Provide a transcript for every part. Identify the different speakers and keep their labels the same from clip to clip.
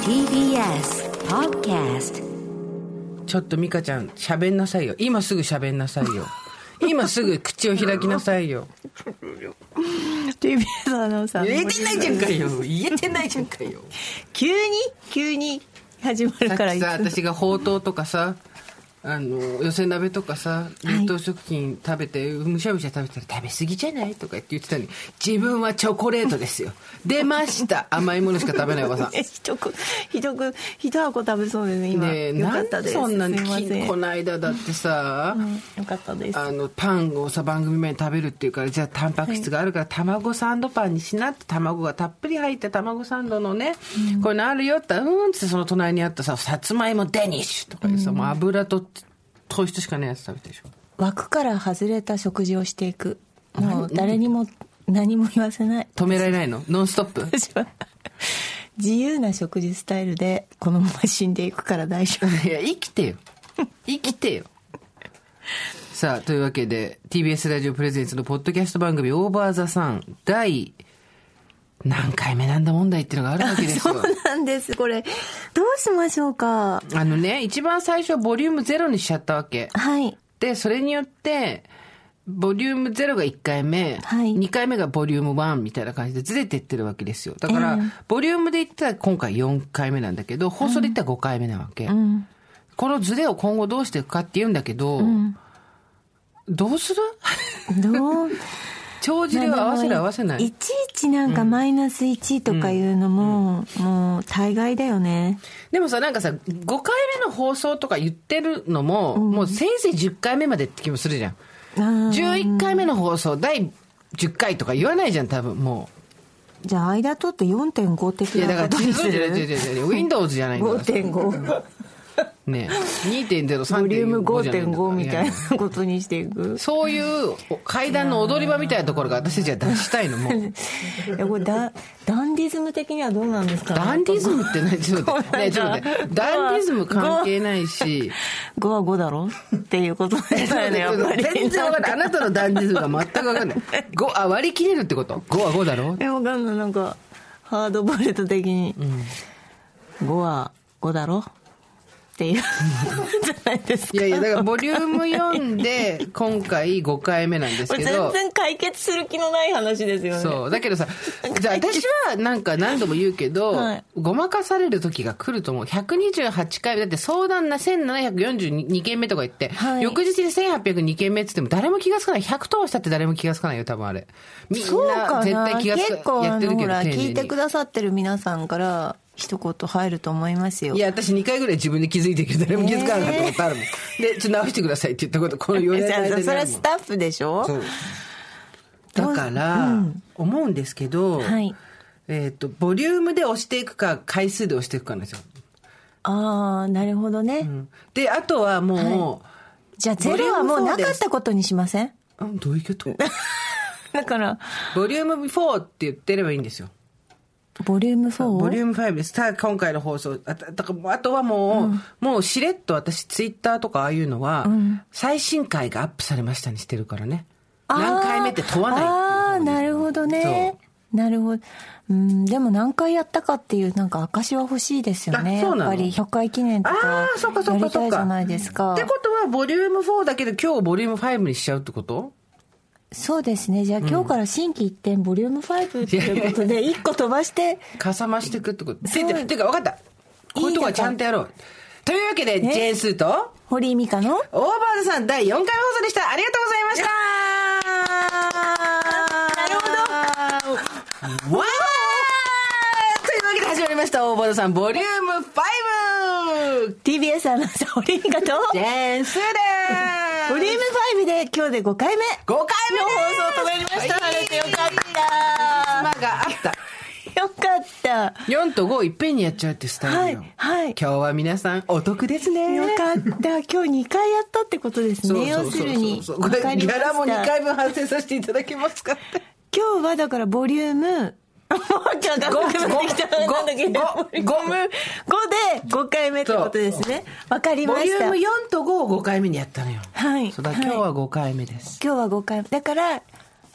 Speaker 1: TBS Podcast
Speaker 2: ちょっと美香ちゃん喋んなさいよ今すぐ喋んなさい よ今すぐ口を開きなさいよ
Speaker 3: TBS アナウンサーの
Speaker 2: 言えてないじゃんかよ言えてないじゃん かよ
Speaker 3: 急に急に始まる
Speaker 2: さっ
Speaker 3: から
Speaker 2: きさ私がほうとうとかさあの寄せ鍋とかさ
Speaker 3: い
Speaker 2: 冷凍食品食べて、むしゃむしゃ食べてたら食べ過ぎじゃないとかって言ってたのに自分はチョコレートですよ出ました甘いものしか食べないおば さん
Speaker 3: えひどくひどくひど箱食べそうですね今
Speaker 2: ねえ
Speaker 3: よ
Speaker 2: な
Speaker 3: かっ
Speaker 2: ん
Speaker 3: た
Speaker 2: で
Speaker 3: です
Speaker 2: そんなに
Speaker 3: すいません
Speaker 2: この間だってさ、
Speaker 3: よかったです
Speaker 2: あのパンをさ番組前に食べるっていうからじゃあタンパク質があるから、卵サンドパンにしなって卵がたっぷり入った卵サンドのね、こういうのあるよって言ったらうんっつってその隣にあったささつまいもデニッシュとかでさ、もう油と糖質しかないやつ食べたでしょ
Speaker 3: 枠から外れた食事をしていくもう誰にも何も言わせない
Speaker 2: 止められないのノンストップ
Speaker 3: 私は自由な食事スタイルでこのまま死んでいくから大丈夫
Speaker 2: いや生きてよ生きてよさあというわけで TBS ラジオプレゼンツのポッドキャスト番組「オーバー・ザ・サン」第何回目なんだ問題っていうのがあるわけです
Speaker 3: そ
Speaker 2: よ
Speaker 3: うなんですこれどうしましょうか
Speaker 2: あのね一番最初はボリュームゼロにしちゃったわけ
Speaker 3: はい
Speaker 2: でそれによってボリュームゼロが1回目、
Speaker 3: はい
Speaker 2: 2回目がボリューム1みたいな感じでずれてってるわけですよだから、
Speaker 3: ええ
Speaker 2: ボリュームで言ったら今回4回目なんだけど放送で言ったら5回目なわけ、
Speaker 3: うん
Speaker 2: このズレを今後どうしていくかって言うんだけど、どうする
Speaker 3: どう
Speaker 2: 帳尻を合わせる合わせない
Speaker 3: いちいちなんかマイナス1とかいうのも、もう大概だよね
Speaker 2: でもさなんかさ5回目の放送とか言ってるのも、もうせいぜい10回目までって気もするじゃん
Speaker 3: あー
Speaker 2: 11回目の放送第10回とか言わないじゃん多分も
Speaker 3: じゃあ間取って4.5的
Speaker 2: ういや
Speaker 3: な
Speaker 2: だ
Speaker 3: こ
Speaker 2: か
Speaker 3: と
Speaker 2: ら違う
Speaker 3: にす
Speaker 2: 違う違う違
Speaker 3: る
Speaker 2: う Windows じゃないんだから
Speaker 3: 5.5
Speaker 2: ね2.0 3.5
Speaker 3: ボリューム
Speaker 2: じゃないんだから
Speaker 3: 5.5みた
Speaker 2: や
Speaker 3: い
Speaker 2: や
Speaker 3: なことにしていく
Speaker 2: そういう階段の踊り場みたいなところが私たちは出したいのも う
Speaker 3: いやこれダダンディズム的にはどうなんですかね
Speaker 2: ダンディズムって何ちょっと待ってねちょっと待ってダンディズム関係ないし
Speaker 3: 5は5だろっていうことですよねやっぱり
Speaker 2: 全然わかんないあなたのダンディズムが全くわかんない5あ割り切れるってこと5は5だ ろ
Speaker 3: えわかんないなんかハードボイルド的に、5は5だろっていうじゃないです
Speaker 2: い
Speaker 3: か
Speaker 2: やいやだからボリューム4で今回5回目なんです
Speaker 3: こ
Speaker 2: け
Speaker 3: れ
Speaker 2: ど
Speaker 3: 全然解決する気のない話ですよね
Speaker 2: そう。だけどさ、じゃあ私はなんか何度も言うけど、
Speaker 3: はい
Speaker 2: ごまかされる時が来ると思う。128回目、だって相談な1742件目とか言って、
Speaker 3: はい
Speaker 2: 翌日に1802件目って言っても誰も気がつかない。100通したって誰も気がつかないよ、多分あれ。みん
Speaker 3: そう
Speaker 2: な
Speaker 3: か
Speaker 2: 絶
Speaker 3: な
Speaker 2: 対気がつ
Speaker 3: 結
Speaker 2: か
Speaker 3: 構
Speaker 2: や
Speaker 3: あ
Speaker 2: って
Speaker 3: の
Speaker 2: る
Speaker 3: ほ
Speaker 2: けど、
Speaker 3: ら
Speaker 2: 丁寧
Speaker 3: 聞いて
Speaker 2: に
Speaker 3: く。ださってる皆さんから一言入ると思いますよ
Speaker 2: いや、私2回ぐらい自分で気づいてるけど、誰も気づかなかったことあるもん。で、ちょっと直してくださいって言ったこと、この4年
Speaker 3: じ
Speaker 2: の
Speaker 3: ゃあ
Speaker 2: 間にあるもん
Speaker 3: それはスタッフでしょ
Speaker 2: そうだから、思うんですけど、
Speaker 3: はい
Speaker 2: えー、とボリュームで押していくか回数で押していくかなんですよ、
Speaker 3: ああなるほどね、
Speaker 2: うんであとはも
Speaker 3: じゃあゼロはもうなかったことにしません
Speaker 2: う、うんどういう こと
Speaker 3: だから
Speaker 2: ボリューム4って言ってればいいんですよ
Speaker 3: ボリューム4を
Speaker 2: ボリューム5ですさあ今回の放送あただからあとはもう、もうしれっと私ツイッターとかああいうのは、最新回がアップされましたにしてるからね何回目って問わないっていう
Speaker 3: あーあーなるほどねなるほどうんでも何回やったかっていうなんか証は欲しいですよね
Speaker 2: あ
Speaker 3: や
Speaker 2: そう
Speaker 3: っ
Speaker 2: なの
Speaker 3: ぱり100回記念と
Speaker 2: あ
Speaker 3: か
Speaker 2: あ、そうかそ
Speaker 3: や
Speaker 2: う
Speaker 3: り
Speaker 2: かそ
Speaker 3: た
Speaker 2: う
Speaker 3: いじ
Speaker 2: か。
Speaker 3: ゃないですか
Speaker 2: ってことは、ボリューム4だけど、今日ボリューム5にしちゃうってこと
Speaker 3: そうですねじゃあ今日から新規一点ボリューム5ということで1個飛ばして
Speaker 2: かさ増していくってこと
Speaker 3: そう
Speaker 2: てててか、分かった。こういうとこはちゃんとやろう。というわけで、ジェーンスーと、
Speaker 3: 堀井美香の
Speaker 2: オーバーズさん第4回放送でした。ありがとうございました。なるほど。わーというわけで始まりました、オーバーズさんボリューム 5!
Speaker 3: TBS アナウンサー堀井美香と
Speaker 2: ジェーンスーです
Speaker 3: ボリューム5で今日で5回目
Speaker 2: 5回目の
Speaker 3: 放送となりました晴れてよかった
Speaker 2: 今があった。
Speaker 3: よかった
Speaker 2: 4と5いっぺんにやっちゃうってスタイルよ、
Speaker 3: はいはい
Speaker 2: 今日は皆さんお得ですね
Speaker 3: よかった今日2回やったってことです
Speaker 2: そう
Speaker 3: ね
Speaker 2: そ
Speaker 3: 要
Speaker 2: う
Speaker 3: す
Speaker 2: そう
Speaker 3: る
Speaker 2: そう
Speaker 3: に
Speaker 2: これ
Speaker 3: わかり
Speaker 2: ギ
Speaker 3: まし
Speaker 2: ャ
Speaker 3: た
Speaker 2: ラも2回分反省させていただけますかって
Speaker 3: 今日はだからボリュームもうちょっと
Speaker 2: ご
Speaker 3: 分かんなくなってきた
Speaker 2: ご
Speaker 3: なんだっ
Speaker 2: ご
Speaker 3: けボリューム
Speaker 2: ご
Speaker 3: 5で5回目ってことですねわかり
Speaker 2: ボ
Speaker 3: ま
Speaker 2: リュ
Speaker 3: し
Speaker 2: ー
Speaker 3: た
Speaker 2: ム
Speaker 3: 今
Speaker 2: 4と5を5回目にやったのよ
Speaker 3: はい
Speaker 2: そうだ今日は5回目です、
Speaker 3: 日は5回目だから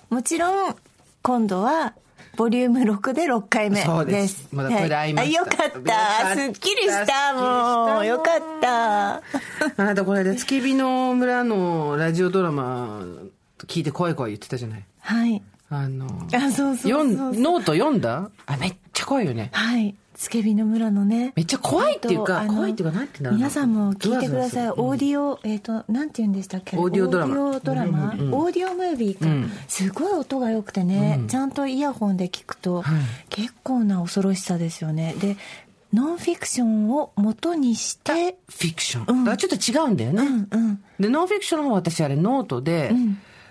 Speaker 3: もちろん今度はボリューム6で6回目です。
Speaker 2: そうですまだこれで会いました
Speaker 3: はあよかった。すっきりした、もう。よかった。
Speaker 2: あなたこれで月日の村のラジオドラマ聞いて怖い怖い言ってたじゃない
Speaker 3: はい。
Speaker 2: あの
Speaker 3: あ、そうそう
Speaker 2: 読
Speaker 3: そ
Speaker 2: ん
Speaker 3: うそう。
Speaker 2: ノート読んだあめっちゃ怖いよね
Speaker 3: はい。つけびの村のね。
Speaker 2: めっちゃ怖いっていうか
Speaker 3: あの
Speaker 2: 怖いっていうかなんていうんだろうな
Speaker 3: 皆さんも聞いてください。
Speaker 2: ゾワゾ
Speaker 3: オーディオ、えっ、と、なんて言うんでしたっけ
Speaker 2: オーディオドラマ
Speaker 3: オーディオドラマオーディオムービーか、すごい音が良くてね、ちゃんとイヤホンで聞くと、結構な恐ろしさですよね。で、ノンフィクションを元にして、
Speaker 2: フィクション、だからちょっと違うんだよね、
Speaker 3: うんうん。
Speaker 2: でノンフィクションの方は私あれノートで、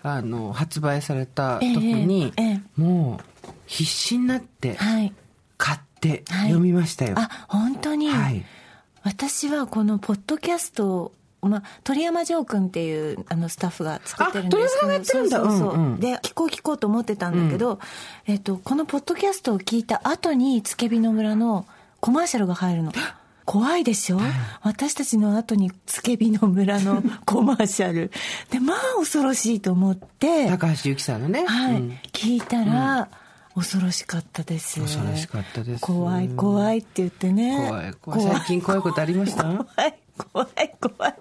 Speaker 2: あの発売された時に、
Speaker 3: ええええ
Speaker 2: もう必死になって
Speaker 3: はい。
Speaker 2: 買って
Speaker 3: はい
Speaker 2: 読みましたよ、
Speaker 3: あ、本当に、
Speaker 2: はい
Speaker 3: 私はこのポッドキャストを、まあ、鳥山城君っていうあのスタッフが作ってるんですけ
Speaker 2: あ鳥山さん
Speaker 3: ど
Speaker 2: がやってるんだ
Speaker 3: そうそうそう、
Speaker 2: うんうん
Speaker 3: で聞こう聞こうと思ってたんだけど、えっと、このポッドキャストを聞いた後につけびの村のコマーシャルが入るの。怖いでしょ私たちの後につけびの村の コマーシャル。で、まあ恐ろしいと思って。
Speaker 2: 高橋由紀さんのね、
Speaker 3: はい、
Speaker 2: うん
Speaker 3: 聞いたら、恐ろしかったです
Speaker 2: 恐ろしかったです
Speaker 3: 怖い怖いって言ってね
Speaker 2: 怖い怖い最近怖いことありま した
Speaker 3: 怖い怖い怖い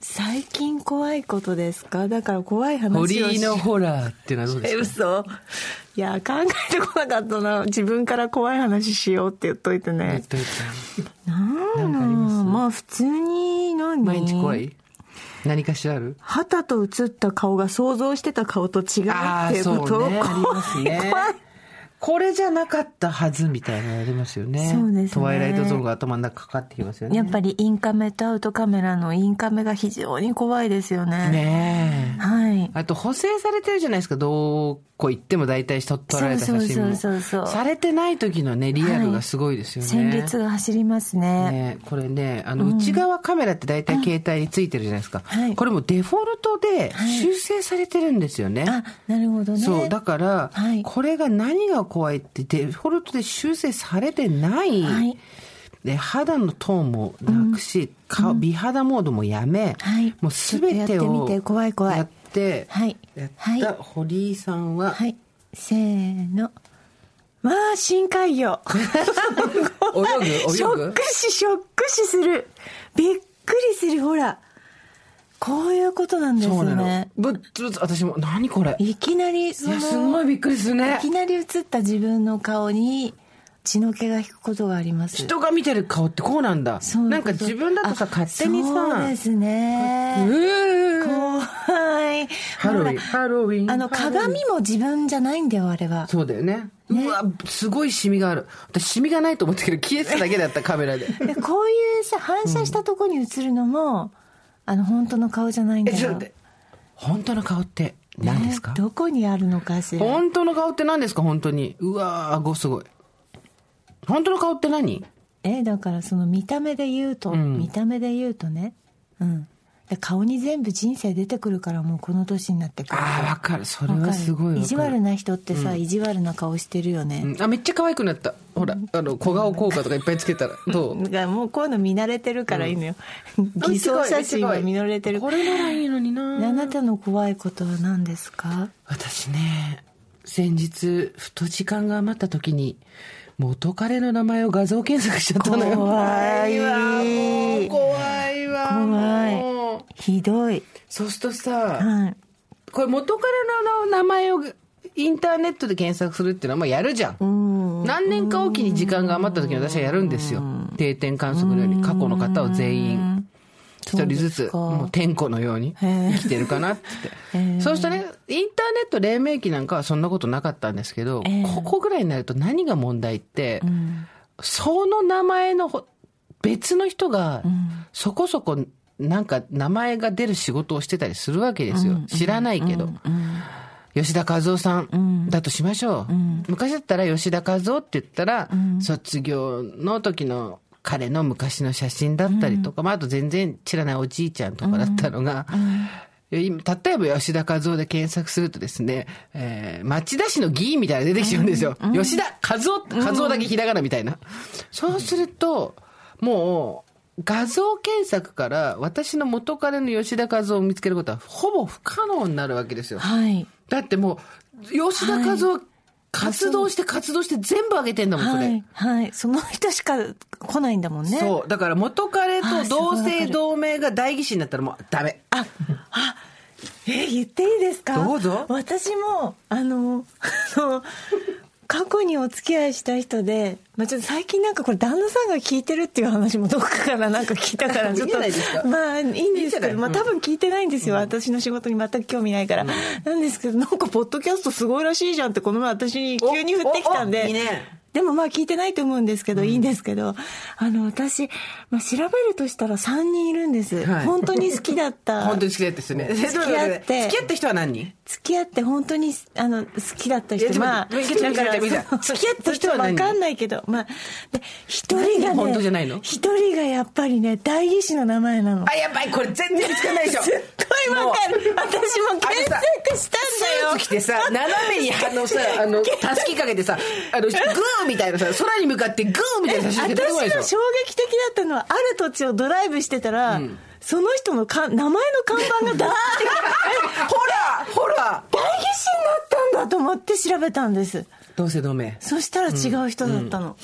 Speaker 3: 最近怖いことですかだから怖い話をし
Speaker 2: 堀井のホラーっていうのはどう
Speaker 3: え
Speaker 2: ですか
Speaker 3: 嘘いや考えてこなかったな自分から怖い話しようって言っといて
Speaker 2: えっ
Speaker 3: ね
Speaker 2: とえっ
Speaker 3: なん
Speaker 2: かあります
Speaker 3: まあ普通に何
Speaker 2: と毎日怖い何かしらある
Speaker 3: 肌と映った顔が想像してた顔と違うって
Speaker 2: ああ
Speaker 3: いうこ
Speaker 2: ー
Speaker 3: と
Speaker 2: そうねあります
Speaker 3: 怖い
Speaker 2: ね
Speaker 3: 怖い
Speaker 2: これじゃなかったはずみたいなのありますよね
Speaker 3: そうですね
Speaker 2: トワイライトゾーンが頭の中かかってきますよね
Speaker 3: やっぱりインカメとアウトカメラのインカメが非常に怖いですよね。
Speaker 2: ねえ
Speaker 3: はい。
Speaker 2: あと補正されてるじゃないですかどこ行っても大体撮撮られた写真も
Speaker 3: そうそうそうそう
Speaker 2: されてない時のねリアルがすごいですよね、
Speaker 3: 戦列が走りますね。
Speaker 2: ね、これねあの内側カメラって大体携帯についてるじゃないですか、
Speaker 3: はい
Speaker 2: これもデフォルトで
Speaker 3: はい
Speaker 2: 修正されてるんですよね、
Speaker 3: あ、なるほどね。
Speaker 2: そうだから、
Speaker 3: はい
Speaker 2: これが何が怖いってデフォルトで修正されてない、
Speaker 3: はい
Speaker 2: で肌のトーンもなくし、顔美肌モードもやめ、
Speaker 3: はい
Speaker 2: もう全て
Speaker 3: ちょっとや
Speaker 2: を
Speaker 3: ってみて怖い怖い
Speaker 2: やって
Speaker 3: はい
Speaker 2: やっ
Speaker 3: はい
Speaker 2: た堀井さんは、
Speaker 3: はい。せーの。まあ、深海魚。
Speaker 2: 泳ぐ泳ぐ
Speaker 3: ショック死、ショック死する。びっくりする、ほら。こういうことなんです
Speaker 2: そうなの
Speaker 3: ね。
Speaker 2: ぶっぶっ私も何これい
Speaker 3: いきなり、そ
Speaker 2: やす
Speaker 3: の、
Speaker 2: ごいびっくりするね
Speaker 3: いきなり映った自分の顔に血の気が引くことがあります。
Speaker 2: 人が見てる顔ってこうなんだ
Speaker 3: そういう
Speaker 2: なん
Speaker 3: こと
Speaker 2: か自分だとさ
Speaker 3: あ
Speaker 2: 勝手にさ
Speaker 3: そうですね
Speaker 2: うー
Speaker 3: 怖い
Speaker 2: ハロウィン
Speaker 3: ほ
Speaker 2: ハロウィン
Speaker 3: らあの
Speaker 2: ハロウィン
Speaker 3: 鏡も自分じゃないんだよあれは
Speaker 2: そうだよねうわすごいシミがある私シミがないと思ったけど消えてただけだ ったカメラで
Speaker 3: でこういうさ反射したとこに映るのも、あの本当の顔じゃないん
Speaker 2: え
Speaker 3: だ
Speaker 2: ちょっと待っ
Speaker 3: よ
Speaker 2: て本当の顔って何ですか、
Speaker 3: ねどこにあるのかしら
Speaker 2: 本当の顔って何ですか本当にうわー顎すごい本当の顔って何
Speaker 3: えだからその見た目で言うと、
Speaker 2: ん
Speaker 3: 見た目で言うとねうんで顔に全部人生出てくるからもうこの年になってくる
Speaker 2: ああわかるそれはすごいわかる
Speaker 3: 意地悪な人ってさ、意地悪な顔してるよね、
Speaker 2: うんあめっちゃ可愛くなったほらあの小顔効果とかいっぱいつけたらどう
Speaker 3: だからもうこういうの見慣れてるからいいのよ、偽装写真は見慣れてる
Speaker 2: これならいいのにな
Speaker 3: であなたの怖いことは何ですか
Speaker 2: 私ね先日ふと時間が余った時に元彼の名前を画像検索しちゃったのよ
Speaker 3: 怖い
Speaker 2: わもう怖いわ
Speaker 3: 怖い
Speaker 2: もう
Speaker 3: ひどい、
Speaker 2: そうするとさ
Speaker 3: はい、
Speaker 2: これ元彼の名前をインターネットで検索するっていうのはまあやるじゃん
Speaker 3: うん
Speaker 2: 何年かおきに時間が余った時に私はやるんですよ定点観測のように過去の方を全員一人ず
Speaker 3: そうで
Speaker 2: つ
Speaker 3: すか
Speaker 2: もう天候のように
Speaker 3: へえ
Speaker 2: 生きてるかなって
Speaker 3: へえ
Speaker 2: そうしたねインターネット黎明期なんかはそんなことなかったんですけど
Speaker 3: ええ
Speaker 2: ここぐらいになると何が問題ってその名前のほ別の人がそこそこなんか名前が出る仕事をしてたりするわけですよ知らないけど。吉田和夫さんだとしましょう、昔だったら吉田和夫って言ったら、卒業の時の彼の昔の写真だったりとか、まあ、あと全然知らないおじいちゃんとかだったのが、今例えば吉田和夫で検索するとですね、えー町田市の議員みたいなの出てきちゃうんですよ、吉田和夫和夫だけひらがなみたいな、そうするともう画像検索から私の元彼の吉田和夫を見つけることはほぼ不可能になるわけですよ
Speaker 3: はい
Speaker 2: だってもう吉田和夫活動して活動して全部あげてんだもん、それ。
Speaker 3: はい、はい。その人しか来ないんだもんね。
Speaker 2: そう。だから元彼と同姓同名が代議士になったらもうダメ。
Speaker 3: あ、あ、え、言っていいですか
Speaker 2: どうぞ
Speaker 3: 私も、あの、あの、過去にお付き合いした人で、まあ、ちょっと最近なんかこれ旦那さんが聞いてるっていう話もどっかからなんか聞いたからちょ
Speaker 2: いいじゃ
Speaker 3: っと
Speaker 2: ないですか
Speaker 3: まあいいん
Speaker 2: いい
Speaker 3: で
Speaker 2: じ
Speaker 3: す
Speaker 2: ゃ
Speaker 3: け
Speaker 2: ない
Speaker 3: どまあ多分聞いてないんですよ、私の仕事に全く興味ないから、なんですけどなんかポッドキャストすごいらしいじゃんってこの前私に急に降ってきたん
Speaker 2: おおお
Speaker 3: で
Speaker 2: いいね
Speaker 3: でもまあ聞いてないと思うんですけど、いいんですけど、あの、私、まあ、調べるとしたら3人いるんです。
Speaker 2: はい
Speaker 3: 本当に好きだった。
Speaker 2: 本当に好きだった人ね。
Speaker 3: 付き合って
Speaker 2: 付き合った人は何人
Speaker 3: 付き合って本当にあの好きだった
Speaker 2: いやちょっと
Speaker 3: 人まあ
Speaker 2: ちょっと
Speaker 3: だから
Speaker 2: 見て見て
Speaker 3: そう付き合った人
Speaker 2: 付き合った
Speaker 3: は
Speaker 2: 人は何
Speaker 3: 分かんないけどまあで一人が
Speaker 2: 何
Speaker 3: ね
Speaker 2: 本当じゃないの
Speaker 3: 一人がやっぱりね代議士の名前なの
Speaker 2: あ、やばい、これ全然見つかんないでしょ。
Speaker 3: すっごい分かる私も検索したんだ
Speaker 2: スーツ
Speaker 3: よ
Speaker 2: 着てさ、斜めにあの さ、あの、たすきかけてさ、あの、グーみたいなさ、空に向かってグーみたいな写真出
Speaker 3: 私
Speaker 2: てこないで
Speaker 3: が
Speaker 2: し
Speaker 3: 衝
Speaker 2: ょ。
Speaker 3: 撃的だったのはある土地をドライブしてたら、その人のか名前の看板がダーッて
Speaker 2: ほらほら
Speaker 3: 代議士になったんだと思って調べたんです
Speaker 2: 同姓同名。
Speaker 3: そしたら違う人だったの、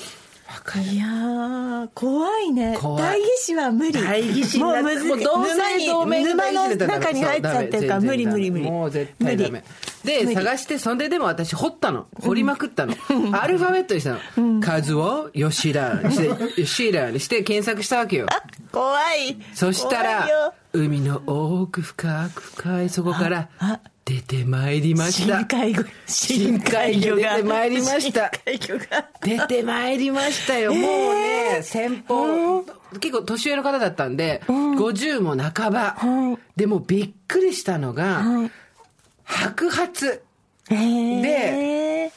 Speaker 3: いやー怖いね
Speaker 2: 怖い
Speaker 3: 代議士は無理
Speaker 2: 代議士に
Speaker 3: も
Speaker 2: な
Speaker 3: う
Speaker 2: っ
Speaker 3: むず
Speaker 2: もう同
Speaker 3: 沼
Speaker 2: 姓
Speaker 3: に
Speaker 2: 同名が
Speaker 3: 沼
Speaker 2: 代議士になった
Speaker 3: の
Speaker 2: ら
Speaker 3: 中に入っちゃってるから
Speaker 2: そうダメ
Speaker 3: 無理無
Speaker 2: 全
Speaker 3: 理
Speaker 2: 然ダメ
Speaker 3: 無理
Speaker 2: もう絶対ダメ
Speaker 3: 無
Speaker 2: で
Speaker 3: 理
Speaker 2: 探してそんででも私掘ったの掘りまくったの、アルファベットにしたの「カズオ吉田」に して「吉田」にして検索したわけよ
Speaker 3: 怖い
Speaker 2: そした
Speaker 3: 怖いよ
Speaker 2: ら海の奥深く深いそこから
Speaker 3: あ
Speaker 2: 出てまいりました
Speaker 3: 深海魚深海魚が
Speaker 2: 出てまいりました
Speaker 3: 深海魚が
Speaker 2: 出てまいりましたよ、もうね先方、結構年上の方だったんで、50も半ば、
Speaker 3: はい
Speaker 2: でもびっくりしたのが、
Speaker 3: はい
Speaker 2: 白髪
Speaker 3: えー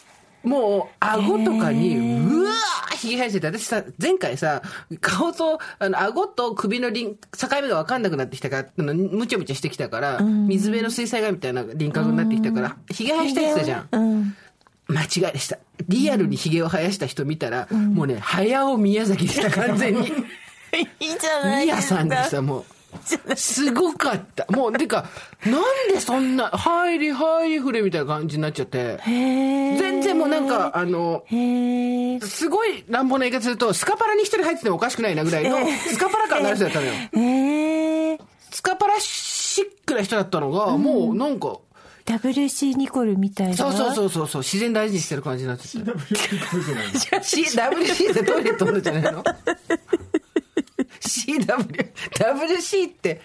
Speaker 2: もう顎とかに、うわーひげ生えてて私さ前回さ顔とあの顎と首の輪境目が分かんなくなってきたからあのむちゃむちゃしてきたから、水辺の水彩画みたいな輪郭になってきたから、ひげ生やしたやつだじゃん、
Speaker 3: うん
Speaker 2: 間違いでした。リアルにヒゲを生やした人見たら、もうね、早尾宮崎でした、完全に。
Speaker 3: いいじゃないで
Speaker 2: 宮
Speaker 3: すか
Speaker 2: さんでした、もう。すごかった。もう、てか、なんでそんな、入り入りふれみたいな感じになっちゃって。
Speaker 3: へー
Speaker 2: 全然もうなんか、あの、
Speaker 3: へー
Speaker 2: すごい乱暴な言い方すると、スカパラに一人入っててもおかしくないなぐらいの、スカパラ感のある人だったのよ。
Speaker 3: へー
Speaker 2: スカパラシックな人だったのが、もうなんか、
Speaker 3: WC ニコルみたいな
Speaker 2: そうそうそうそうそう、自然大事にしてる感じになっちゃって。
Speaker 4: い
Speaker 2: C- WC ってトイレ飛んだじゃないの ?CW、WC って、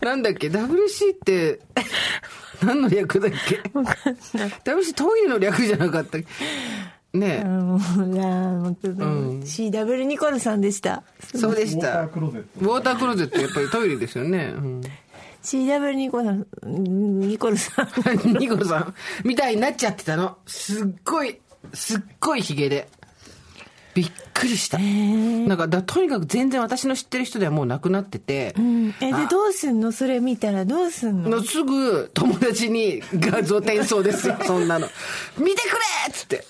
Speaker 2: なんだっけ ?WC って、何の略だっけ ?WC トイレの略じゃなかったっけね
Speaker 3: う
Speaker 2: え、
Speaker 3: ん本当だ CW ニコルさんでした
Speaker 2: そうでし
Speaker 4: ウォータ
Speaker 2: た。
Speaker 4: ー
Speaker 2: ウ
Speaker 4: クローゼット
Speaker 2: ォータークローゼット、やっぱりトイレですよね。うん
Speaker 3: CW ニコルさんニコルさ ん
Speaker 2: ニコさん、みたいになっちゃってたの。すっごい、すっごいヒゲで。びっくりした。なんか、だとにかく全然私の知ってる人ではもう亡くなってて、
Speaker 3: えでどうすんのそれ見たらどうすんの
Speaker 2: のすぐ友達に画像転送です よ、そんなの。見てくれっつって。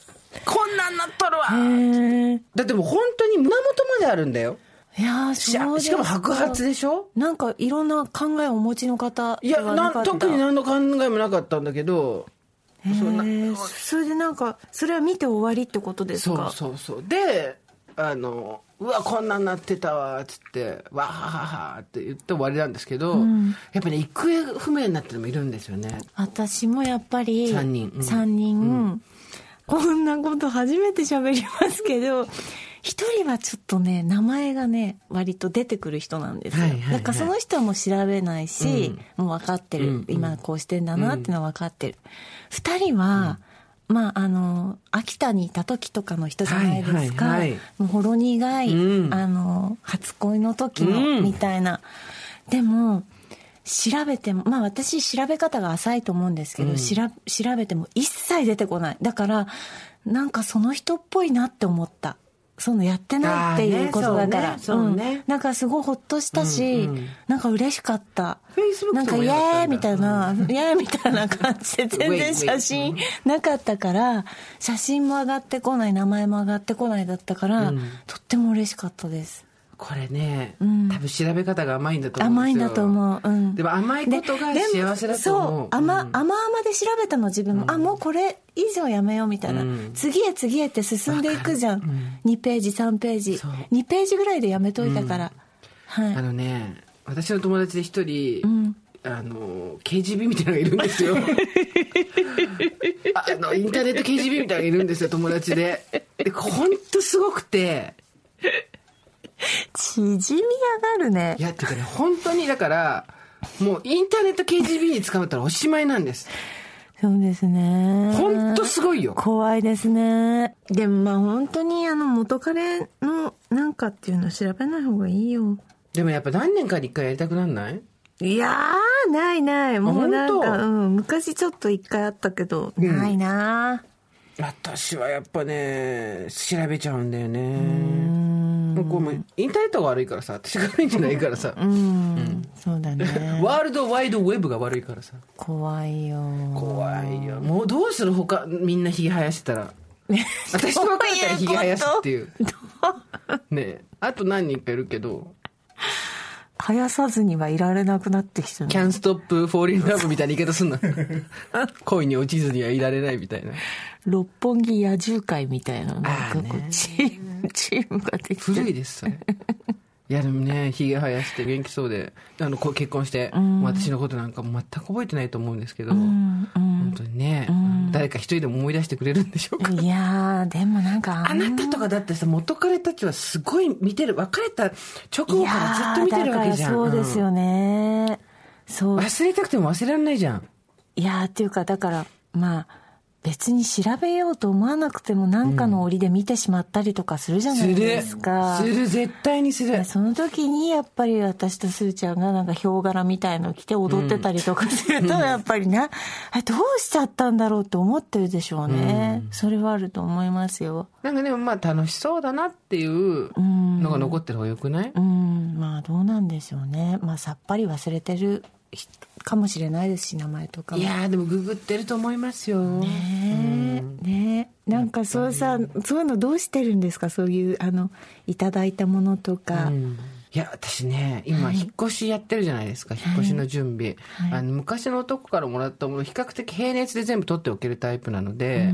Speaker 2: こんなんなっとるわ
Speaker 3: へー
Speaker 2: だってもう本当に胸元まであるんだよ。
Speaker 3: いやー
Speaker 2: し
Speaker 3: そうです
Speaker 2: しかも白髪でしょ
Speaker 3: なんかいろんな考えをお持ちの方
Speaker 2: い
Speaker 3: で
Speaker 2: や
Speaker 3: はな
Speaker 2: な
Speaker 3: かった
Speaker 2: 特に何の考えもなかったんだけど、
Speaker 3: へーそれでなんかそれは見て終わりってことです
Speaker 2: そう
Speaker 3: か
Speaker 2: そうそう。で、あの、うわ、こんなんなってたわ、つって、わはははって言って終わりなんですけど、やっぱね、行方不明になってるのもいるんですよね。
Speaker 3: 私もやっぱり
Speaker 2: 三人うん
Speaker 3: 三人こんなこと初めて喋りますけど一人はちょっとね名前がね割と出てくる人なんですよ、
Speaker 2: はいはいはい
Speaker 3: だからその人はもう調べないし、もう分かってる、今こうしてんだなってのは分かってる、二人は、まああの秋田にいた時とかの人じゃないですか、
Speaker 2: はいはいはい
Speaker 3: もうほろ苦い、
Speaker 2: うん
Speaker 3: あの初恋の時
Speaker 2: う
Speaker 3: の
Speaker 2: ん
Speaker 3: みたいな、でも調べてもまあ私調べ方が浅いと思うんですけど、しら調べても一切出てこないだからなんかその人っぽいなって思ったそのやってないっていうことだから
Speaker 2: あーねそうねそうね
Speaker 3: んなんかすごいほっとしたし、
Speaker 2: うんうん
Speaker 3: なんか嬉しかった。
Speaker 2: Facebook
Speaker 3: なん
Speaker 2: と
Speaker 3: かイ
Speaker 2: も
Speaker 3: エ
Speaker 2: やったんだ
Speaker 3: ーイみたいな、イエーイみたいな感じ で全然写真なかったから、写真も上がってこない、名前も上がってこないだったから、とっても嬉しかったです。
Speaker 2: これね、
Speaker 3: ん
Speaker 2: 多分調べ方が甘いんだと思うんで
Speaker 3: 甘いん
Speaker 2: すよ
Speaker 3: だと思う、うん、
Speaker 2: でも甘いことが
Speaker 3: ででも
Speaker 2: 幸せだと思う
Speaker 3: そう甘,、甘々で調べたの自分も、あもうこれ以上やめようみたいな、
Speaker 2: うん
Speaker 3: 次へ次へって進んでいくじゃん、2ページ3ページ
Speaker 2: そう
Speaker 3: 2ページぐらいでやめといたから、はい
Speaker 2: あのね私の友達で一人、
Speaker 3: ん
Speaker 2: あの KGB みたいなのがいるんです よあのインターネット KGB みたいなのがいるんですよ友達でで本当すごくて
Speaker 3: 縮み上がるね
Speaker 2: いやっていうかね本当にだからもうインターネット KGB に捕まったらおしまいなんです
Speaker 3: そうですね
Speaker 2: 本当すごいよ
Speaker 3: 怖いですねでもまあ本当にあの元彼のなんかっていうの調べない方がいいよ
Speaker 2: でもやっぱ何年かに一回やりたくなんない
Speaker 3: いやーないないもうな
Speaker 2: あ
Speaker 3: ん
Speaker 2: 本
Speaker 3: か、
Speaker 2: 当
Speaker 3: うん、昔ちょっと一回あったけど、
Speaker 2: ん
Speaker 3: ないな
Speaker 2: 私はやっぱね調べちゃうんだよねもうこうもうインターネットが悪いからさ私が悪いんじゃないからさ、
Speaker 3: うん、そう だね
Speaker 2: ワールドワイドウェブが悪いからさ
Speaker 3: 怖いよ
Speaker 2: 怖いよもうどうする他みんなひげ生やしてたら私と別れたらひげ生やすっていうねえあと何人かいるけど
Speaker 3: 生やさずにはいられなくなってきて
Speaker 2: 「Can't Stop Fall in Love」みたいな言い方すんな 恋に落ちずにはいられないみたいな
Speaker 3: 六本木野獣会みたいななんかこ
Speaker 2: あー
Speaker 3: う
Speaker 2: ね
Speaker 3: チーム、チームができて
Speaker 2: 古いですそれいやでもねひげ生やして元気そうであのこう結婚して、もう私のことなんかも全く覚えてないと思うんですけど、本当にね、誰か一人でも思い出してくれるんでしょうか、
Speaker 3: いやーでもなんか
Speaker 2: あなたとかだってさ元彼たちはすごい見てる別れた直後
Speaker 3: いや
Speaker 2: からずっ
Speaker 3: ー
Speaker 2: と見てるわけじゃん
Speaker 3: だからそうですよね、そ
Speaker 2: うん
Speaker 3: う
Speaker 2: 忘れたくても忘れられないじゃん
Speaker 3: いやーっていうかだからまあ別に調べようと思わなくても何かの折で見てしまったりとかするじゃな
Speaker 2: する
Speaker 3: いですか、
Speaker 2: する絶対にする
Speaker 3: でその時にやっぱり私とすーちゃんがなんかヒョウ柄みたいの着て踊ってたりとかするとやっぱりな、あどうしちゃったんだろうって思ってるでしょうね、それはあると思いますよ
Speaker 2: なんかでもまあ楽しそうだなっていうのが残ってる方がよくない、
Speaker 3: うんまあどうなんでしょうねまあさっぱり忘れてる人かもしれないですし名前とかも
Speaker 2: いやーでもググってると思いますよ、
Speaker 3: ねえねえなんかそうさそういうのどうしてるんですかそういうあのいただいたものとか、
Speaker 2: うんいや私ね今引っ越しやってるじゃないですか、引っ越しの準備、
Speaker 3: はい
Speaker 2: あの昔の男からもらったもの比較的平熱で全部取っておけるタイプなので、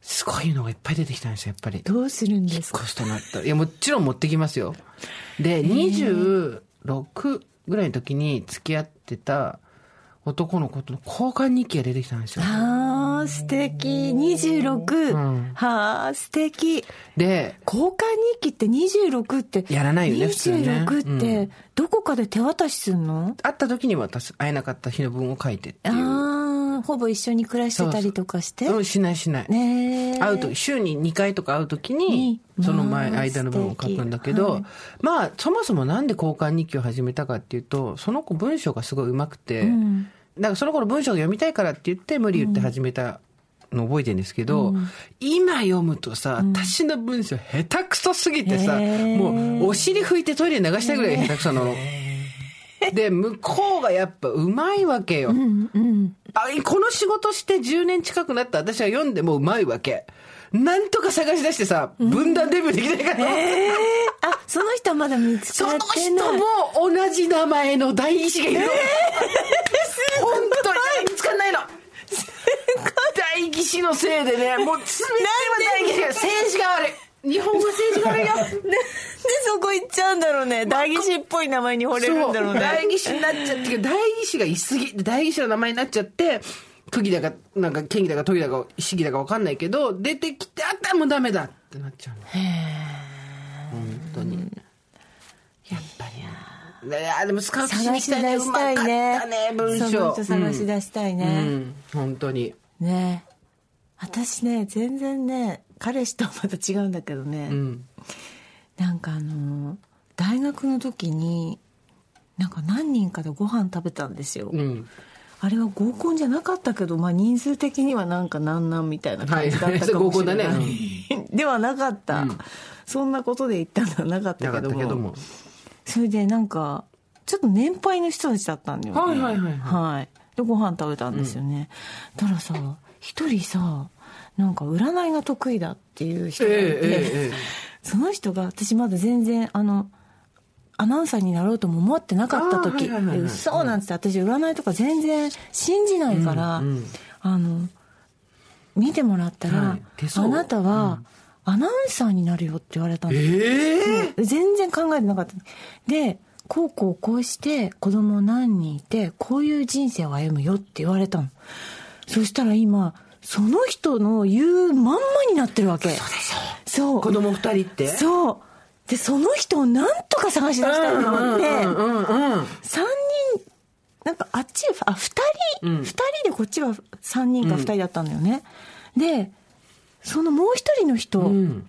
Speaker 2: すごいのがいっぱい出てきたんですよやっぱり
Speaker 3: どうするんですか
Speaker 2: コストなったらいやもちろん持ってきますよで26ぐらいの時に付き合ってた男の子との交換日記が出てきたんですよ
Speaker 3: あー素敵26、
Speaker 2: ん
Speaker 3: はあ素敵
Speaker 2: で
Speaker 3: 交換日記って26って
Speaker 2: やらないよね普通ね
Speaker 3: 26って、
Speaker 2: う
Speaker 3: どこかで手渡しするの
Speaker 2: 会った時には私会えなかった日の分を書いてっていう
Speaker 3: ああほぼ一緒に暮らしてたりとかして
Speaker 2: うんしないしない
Speaker 3: ねえ
Speaker 2: 会うと週に2回とか会うときに
Speaker 3: に
Speaker 2: その前
Speaker 3: まあ
Speaker 2: 間の部分を書くんだけど、
Speaker 3: 素敵
Speaker 2: まあそもそもなんで交換日記を始めたかっていうとその子文章がすごい上手くて、
Speaker 3: ん
Speaker 2: なんかその子の文章が読みたいからって言って無理言って始めたの覚えてるんですけど、今読むとさ私の文章下手くそすぎてさ、
Speaker 3: へー
Speaker 2: もうお尻拭いてトイレに流したいぐらい下手くそなの。で向こうがやっぱうまいわけよ、あこの仕事して10年近くなった私は読んでもうまいわけなんとか探し出してさ分断デビューできないから、
Speaker 3: えーあその人はまだ見つ
Speaker 2: そ
Speaker 3: かっ
Speaker 2: の
Speaker 3: て
Speaker 2: 人
Speaker 3: ない
Speaker 2: も同じ名前の代議士がいるの、本当に見つかん ないの代議士のせいでねもう全ては代議士が政治が悪い日本は政治が悪いよ
Speaker 3: なんでそこ行っちゃうんだろうね代議士っぽい名前に惚れるんだろうね
Speaker 2: 代議士になっちゃってけど代議士がいすぎで代議士の名前になっちゃって区議だかなんか県議だか都議だか市議だか分かんないけど出てきてあったもうダメだってなっちゃうのへ本当にやっぱりないやでもスカウトし
Speaker 3: 探
Speaker 2: に
Speaker 3: し
Speaker 2: 来
Speaker 3: 出
Speaker 2: たねう
Speaker 3: し
Speaker 2: ま
Speaker 3: た
Speaker 2: かっ
Speaker 3: い
Speaker 2: た
Speaker 3: ね
Speaker 2: ね文章
Speaker 3: その人探し出したい
Speaker 2: うん、う
Speaker 3: ね、
Speaker 2: ん本当に
Speaker 3: ねえ私ね全然ね彼氏とはまた違うんだけどね、
Speaker 2: うん
Speaker 3: なんかあの大学の時になんか何人かでご飯食べたんですよ、
Speaker 2: うん
Speaker 3: あれは合コンじゃなかったけど、まあ、人数的にはなんかなんなんみたいな感じだったかもしれない、
Speaker 2: はい それ合コ
Speaker 3: ではなかった、そんなことで言ったのはなかっ
Speaker 2: なか
Speaker 3: たけ
Speaker 2: った
Speaker 3: ど
Speaker 2: け
Speaker 3: も
Speaker 2: ども
Speaker 3: それでなんかちょっと年配の人たちだったんだよね
Speaker 2: はいはいはいは
Speaker 3: はいでご飯食べたんですよね、たださ一人さなんか占いが得意だっていう人がいて、
Speaker 2: えええええ
Speaker 3: その人が私まだ全然あのアナウンサーになろうとも思ってなかった時
Speaker 2: あーはいはいはいはい
Speaker 3: で嘘なんつって私占いとか全然信じないから、
Speaker 2: うんうん
Speaker 3: あの見てもらったら、
Speaker 2: はい手相
Speaker 3: あなたはアナウンサーになるよって言われたんです
Speaker 2: ええ
Speaker 3: 全然考えてなかったでこうこうこうして子供何人いてこういう人生を歩むよって言われたのそしたら今その人の言うまんまになってるわけそう
Speaker 2: 子供二人って
Speaker 3: そうでその人をなんとか探し出したいと思って、
Speaker 2: うんうんうん
Speaker 3: 3人なんかあっちあ2人、二
Speaker 2: うん
Speaker 3: 2人でこっちは3人か2人だったんだよね、でそのもう一人の人、
Speaker 2: うん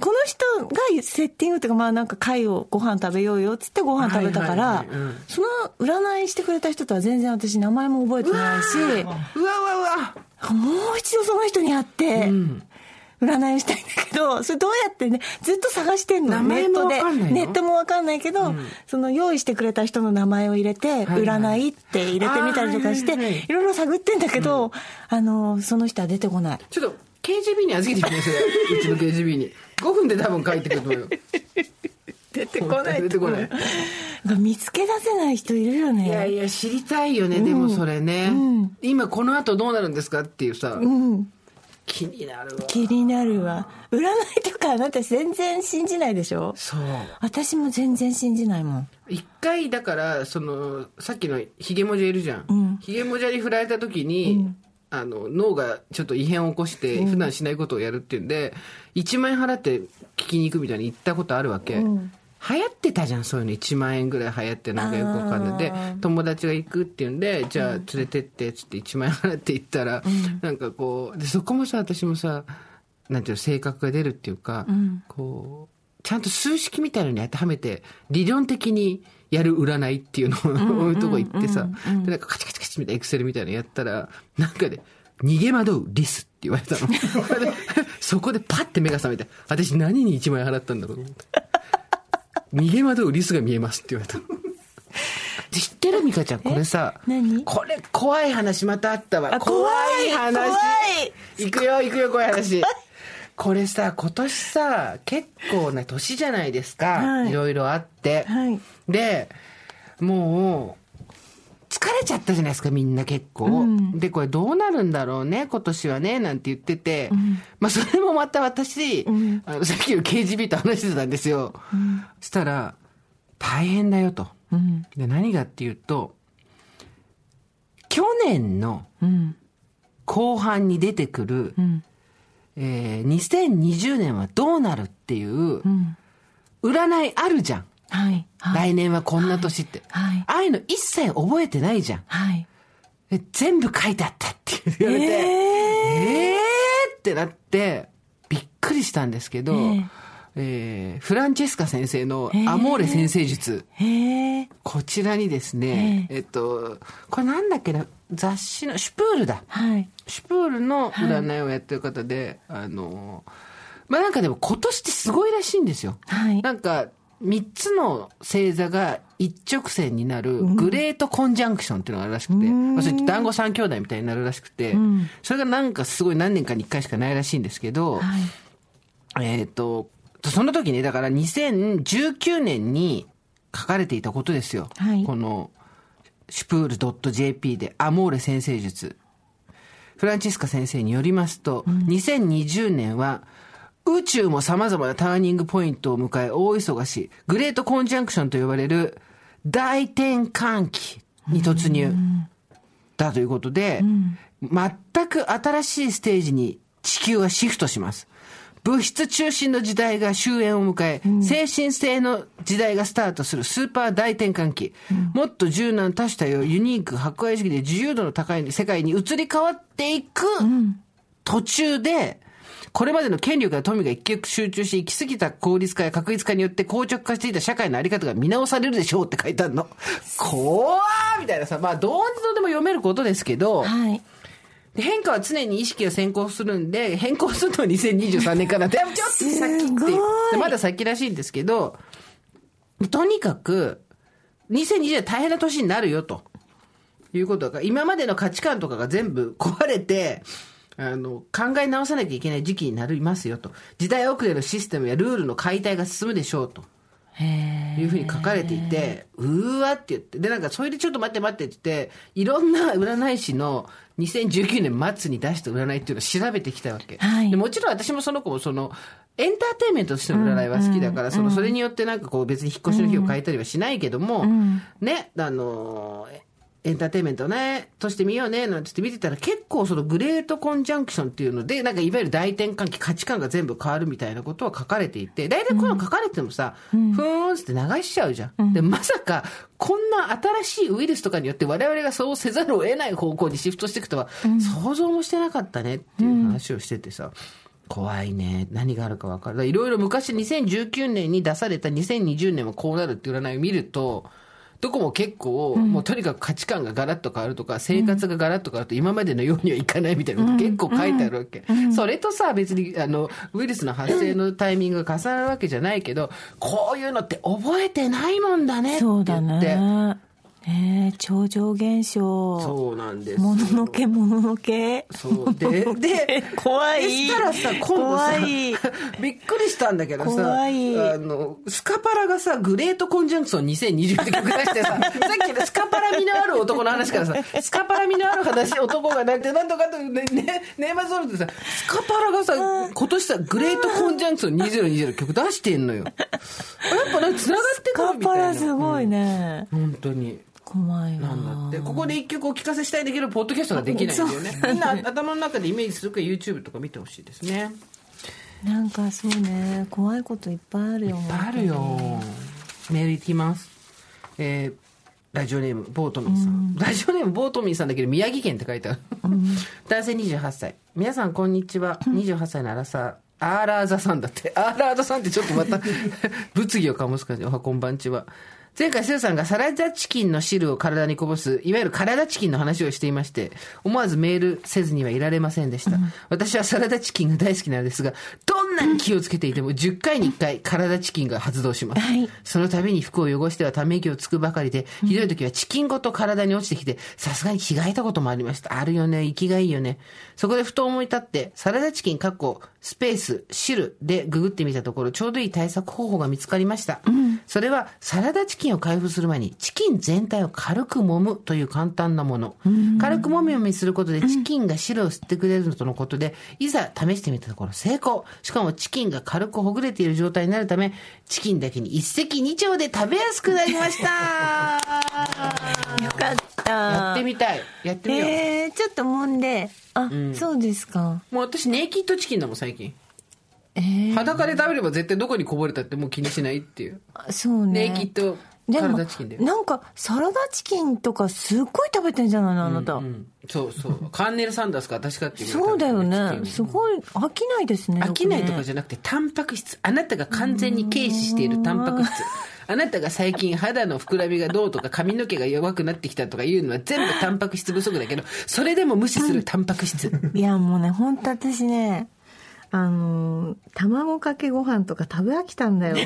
Speaker 3: この人がセッティングっていうかまあなんか会をご飯食べようよっつってご飯食べたから、
Speaker 2: はいはいはいうん
Speaker 3: その占いしてくれた人とは全然私名前も覚えてないし
Speaker 2: うわうわうわ
Speaker 3: もう一度その人に会って
Speaker 2: ん
Speaker 3: 占いをしたいんだけど それどうやってねずっと探してんの
Speaker 2: 名前も
Speaker 3: ネッ
Speaker 2: わかん
Speaker 3: ト
Speaker 2: ない
Speaker 3: で
Speaker 2: の
Speaker 3: ネットもわかんないけど、その用意してくれた人の名前を入れて「
Speaker 2: はい
Speaker 3: 占い」って入れてみたりとかして、
Speaker 2: あーはいいはいはい
Speaker 3: ろいろ探ってんだけど、あのその人は出てこない。
Speaker 2: ちょっと KGB に預けてみますよ うちの KGB に5分で多分帰ってくると思うよ
Speaker 3: 出て
Speaker 2: こない出
Speaker 3: 出て
Speaker 2: て
Speaker 3: こ
Speaker 2: こ
Speaker 3: な
Speaker 2: ないい
Speaker 3: 見つけ出せない人いるよね
Speaker 2: いやいや知りたいよね、でもそれね、
Speaker 3: うん
Speaker 2: 今この後どうなるんですかっていうさ、
Speaker 3: うん
Speaker 2: 気になるわ
Speaker 3: 気になるわ占いとかあなた全然信じないでしょ
Speaker 2: そう
Speaker 3: 私も全然信じないもん
Speaker 2: 一回だからそのさっきのヒゲもじゃいるじゃん、
Speaker 3: うん
Speaker 2: ヒゲもじゃに振られた時に、あの脳がちょっと異変を起こして普段しないことをやるっていうんで、1万円払って聞きに行くみたいに言ったことあるわけ、
Speaker 3: うん
Speaker 2: 流行ってたじゃんそういうの1万円ぐらい流行ってなんかよくわかんないで
Speaker 3: あー
Speaker 2: 友達が行くっていうんでじゃあ連れてってっつって1万円払って行ったら、なんかこうでそこもさ私もさなんていうの性格が出るっていうか、こうちゃんと数式みたいのに当てはめて理論的にやる占いっていうのを、 いうとこ行ってさ、でなんかカチカチカチみたいなエクセルみたいなのやったらなんかで、逃げ惑うリスって言われた のでそこでパッて目が覚めて私何に1万円払ったんだろうと思って。逃げ惑うリスが見えますって言われ た知ってるミカちゃんこれさ
Speaker 3: 何
Speaker 2: これ怖い話またあったわ
Speaker 3: あ怖い
Speaker 2: 話
Speaker 3: 怖
Speaker 2: いくよ行くよ怖い話これさ今年さ結構な年じゃないですか、
Speaker 3: はい
Speaker 2: い、ろいろあって、
Speaker 3: はい
Speaker 2: でもう疲れちゃったじゃないですかみんな結構、
Speaker 3: うん
Speaker 2: でこれどうなるんだろうね今年はねなんて言ってて、まあそれもまた私、
Speaker 3: ん
Speaker 2: あのさっきの KGB と話してたんですよ、したら大変だよと
Speaker 3: うん
Speaker 2: で何がっていうと去年の
Speaker 3: うん
Speaker 2: 後半に出てくる、
Speaker 3: ん
Speaker 2: えー2020年はどうなるっていう
Speaker 3: うん
Speaker 2: 占いあるじゃん、
Speaker 3: はいはい
Speaker 2: 来年はこんな年って、
Speaker 3: はい
Speaker 2: ああいうの一切覚えてないじゃん
Speaker 3: はい
Speaker 2: え全部書いてあったって言われてえー、ってなってびっくりしたんですけど、え
Speaker 3: えー
Speaker 2: ーフランチェスカ先生の「アモーレ先生術」
Speaker 3: へえ
Speaker 2: こちらにですね、
Speaker 3: え
Speaker 2: えっと、これなんだっけな、雑誌の、シュプールだ。
Speaker 3: はい
Speaker 2: シュプールの占いをやってる方で、あの、まあなんかでも今年ってすごいらしいんですよ。
Speaker 3: はい
Speaker 2: なんか、3つの星座が一直線になるグレートコンジャンクションっていうのがあるらしくて、まあそれ団子三兄弟みたいになるらしくて、
Speaker 3: ん
Speaker 2: それがなんかすごい何年かに1回しかないらしいんですけど、
Speaker 3: はい
Speaker 2: えっ、と、その時ね、だから2019年に書かれていたことですよ。
Speaker 3: はい
Speaker 2: この、シュプール .jp で、アモーレ先生術。フランチスカ先生によりますと、2020年は、宇宙も様々なターニングポイントを迎え、大忙し、グレートコンジャンクションと呼ばれる大転換期に突入。だということで、全く新しいステージに地球はシフトします。物質中心の時代が終焉を迎え、精神性の時代がスタートするスーパー大転換期。もっと柔軟多種多様、ユニーク、博愛主義で自由度の高い世界に移り変わっていく途中で、これまでの権力や富が一極集中し、行き過ぎた効率化や確率化によって硬直化していた社会のあり方が見直されるでしょうって書いてあるの。 怖ーみたいなさ、まあ、どうにとでも読めることですけど、
Speaker 3: はい
Speaker 2: で変化は常に意識が先行するんで、変更するのは2023年からで、ちょっと先って
Speaker 3: すご
Speaker 2: いう
Speaker 3: い
Speaker 2: でまだ先らしいんですけど、とにかく、2020年大変な年になるよと。いうことが、今までの価値観とかが全部壊れて、あの考え直さなきゃいけない時期になりますよと時代遅れのシステムやルールの解体が進むでしょうと
Speaker 3: へ
Speaker 2: いうふうに書かれていて、うーわって言って、で、なんか、それでちょっと待って待ってって言って、いろんな占い師の2019年末に出した占いっていうのを調べてきたわけ。
Speaker 3: はい
Speaker 2: でもちろん私もその子もその、エンターテインメントとしての占いは好きだから、その、それによってなんかこう別に引っ越しの日を変えたりはしないけども、ね、あのー、エンターテインメントね、としてみようね、なんつって見てたら結構そのグレートコンジャンクションっていうので、なんかいわゆる大転換期価値観が全部変わるみたいなことは書かれていて、大体こういうの書かれてもさ、ふーんっつって流しちゃうじゃん。で、まさか、こんな新しいウイルスとかによって我々がそうせざるを得ない方向にシフトしていくとは、想像もしてなかったねっていう話をしててさ、怖いね。何があるか分からない。いろいろ昔2019年に出された2020年はこうなるって占いを見ると、どこも結構、もうとにかく価値観がガラッと変わるとか、生活がガラッと変わると今までのようにはいかないみたいなこと結構書いてあるわけ。それとさ、別に、あの、ウイルスの発生のタイミングが重なるわけじゃないけど、こういうのって覚えてないもんだねって言
Speaker 3: そ
Speaker 2: っ
Speaker 3: う
Speaker 2: て。
Speaker 3: だねねえ超常現象
Speaker 2: そうなんですよ。
Speaker 3: もののけもののけ
Speaker 2: そうで、 で、
Speaker 3: 怖
Speaker 2: でしたらさ、今度さ
Speaker 3: 怖い、
Speaker 2: びっくりしたんだけどさ、
Speaker 3: 怖
Speaker 2: あ
Speaker 3: い
Speaker 2: の、スカパラがさ、グレートコンジャンクション2020って曲出して さ、さっきのスカパラ味のある男の話からさ、スカパラ味のある話、男がなんて、なんとかと、ね、ね、年末のってさ、スカパラがさ、今年さ、グレートコンジャンクション2020の曲出してんのよ。やっぱなんか繋がってく
Speaker 3: カ
Speaker 2: る
Speaker 3: ン
Speaker 2: みた
Speaker 3: パ
Speaker 2: いな。
Speaker 3: ラすごいね、
Speaker 2: 本当に。
Speaker 3: 怖い
Speaker 2: なんだ
Speaker 3: わ
Speaker 2: ってここで一曲お聞かせしたいんだけどポッドキャストができないんだよねみんな頭の中でイメージするから YouTube とか見てほしいですね
Speaker 3: なんかそうね怖いこといっぱいあるよ
Speaker 2: いっぱいあるよメールいきますえーラジオネームボートミンさんラジオネームボートミンさんだけど宮城県って書いてある男性28歳皆さんこんにちは28歳のアラサーアーラーザさんだってアーラーザさんってちょっと また物議を醸す感じおはこんばんちは前回、スーさんがサラダチキンの汁を体にこぼす、いわゆる体チキンの話をしていまして、思わずメールせずにはいられませんでした。私はサラダチキンが大好きなのですが、どんなに気をつけていても10回に1回体チキンが発動します。
Speaker 3: はい
Speaker 2: その度に服を汚してはため息をつくばかりで、ひどい時はチキンごと体に落ちてきて、さすがに着替えたこともありました。あるよね、息がいいよね。そこでふと思い立って、サラダチキンかっこスペース、汁でググってみたところ、ちょうどいい対策方法が見つかりました。それは、サラダチキンを開封する前に、チキン全体を軽く揉むという簡単なもの。軽く揉み揉みすることで、チキンが汁を吸ってくれるのとのことで、いざ試してみたところ成功。しかも、チキンが軽くほぐれている状態になるため、チキンだけに一石二鳥で食べやすくなりま した。
Speaker 3: よかった
Speaker 2: やってみたい。やってみよう。
Speaker 3: えー、ちょっと揉んであ、そうですか
Speaker 2: もう私、ネイキッドチキンだもん、最近。
Speaker 3: えー、
Speaker 2: 裸で食べれば絶対どこにこぼれたってもう気にしないっていう。
Speaker 3: そうね
Speaker 2: ネイキッド、
Speaker 3: で
Speaker 2: サラ
Speaker 3: も
Speaker 2: ダチキンだよ。
Speaker 3: なんかサラダチキンとかすっごい食べてんじゃないのあなた、
Speaker 2: うん、そうそう。カーネル・サンダースか私かっていうぐらい
Speaker 3: そうだよ
Speaker 2: チキン
Speaker 3: ねすごい飽きないですね
Speaker 2: 飽きないとか
Speaker 3: ゃ
Speaker 2: じゃなくて、タンパク質。あなたが完全に軽視しているタンパク質。あなたが最近肌の膨らみがどうとか髪の毛が弱くなってきたとかいうのは全部タンパク質不足だけど、それでも無視するタンパク質。
Speaker 3: いやもうね本当私ねあのー卵かけご飯とか食べ飽きた んだよ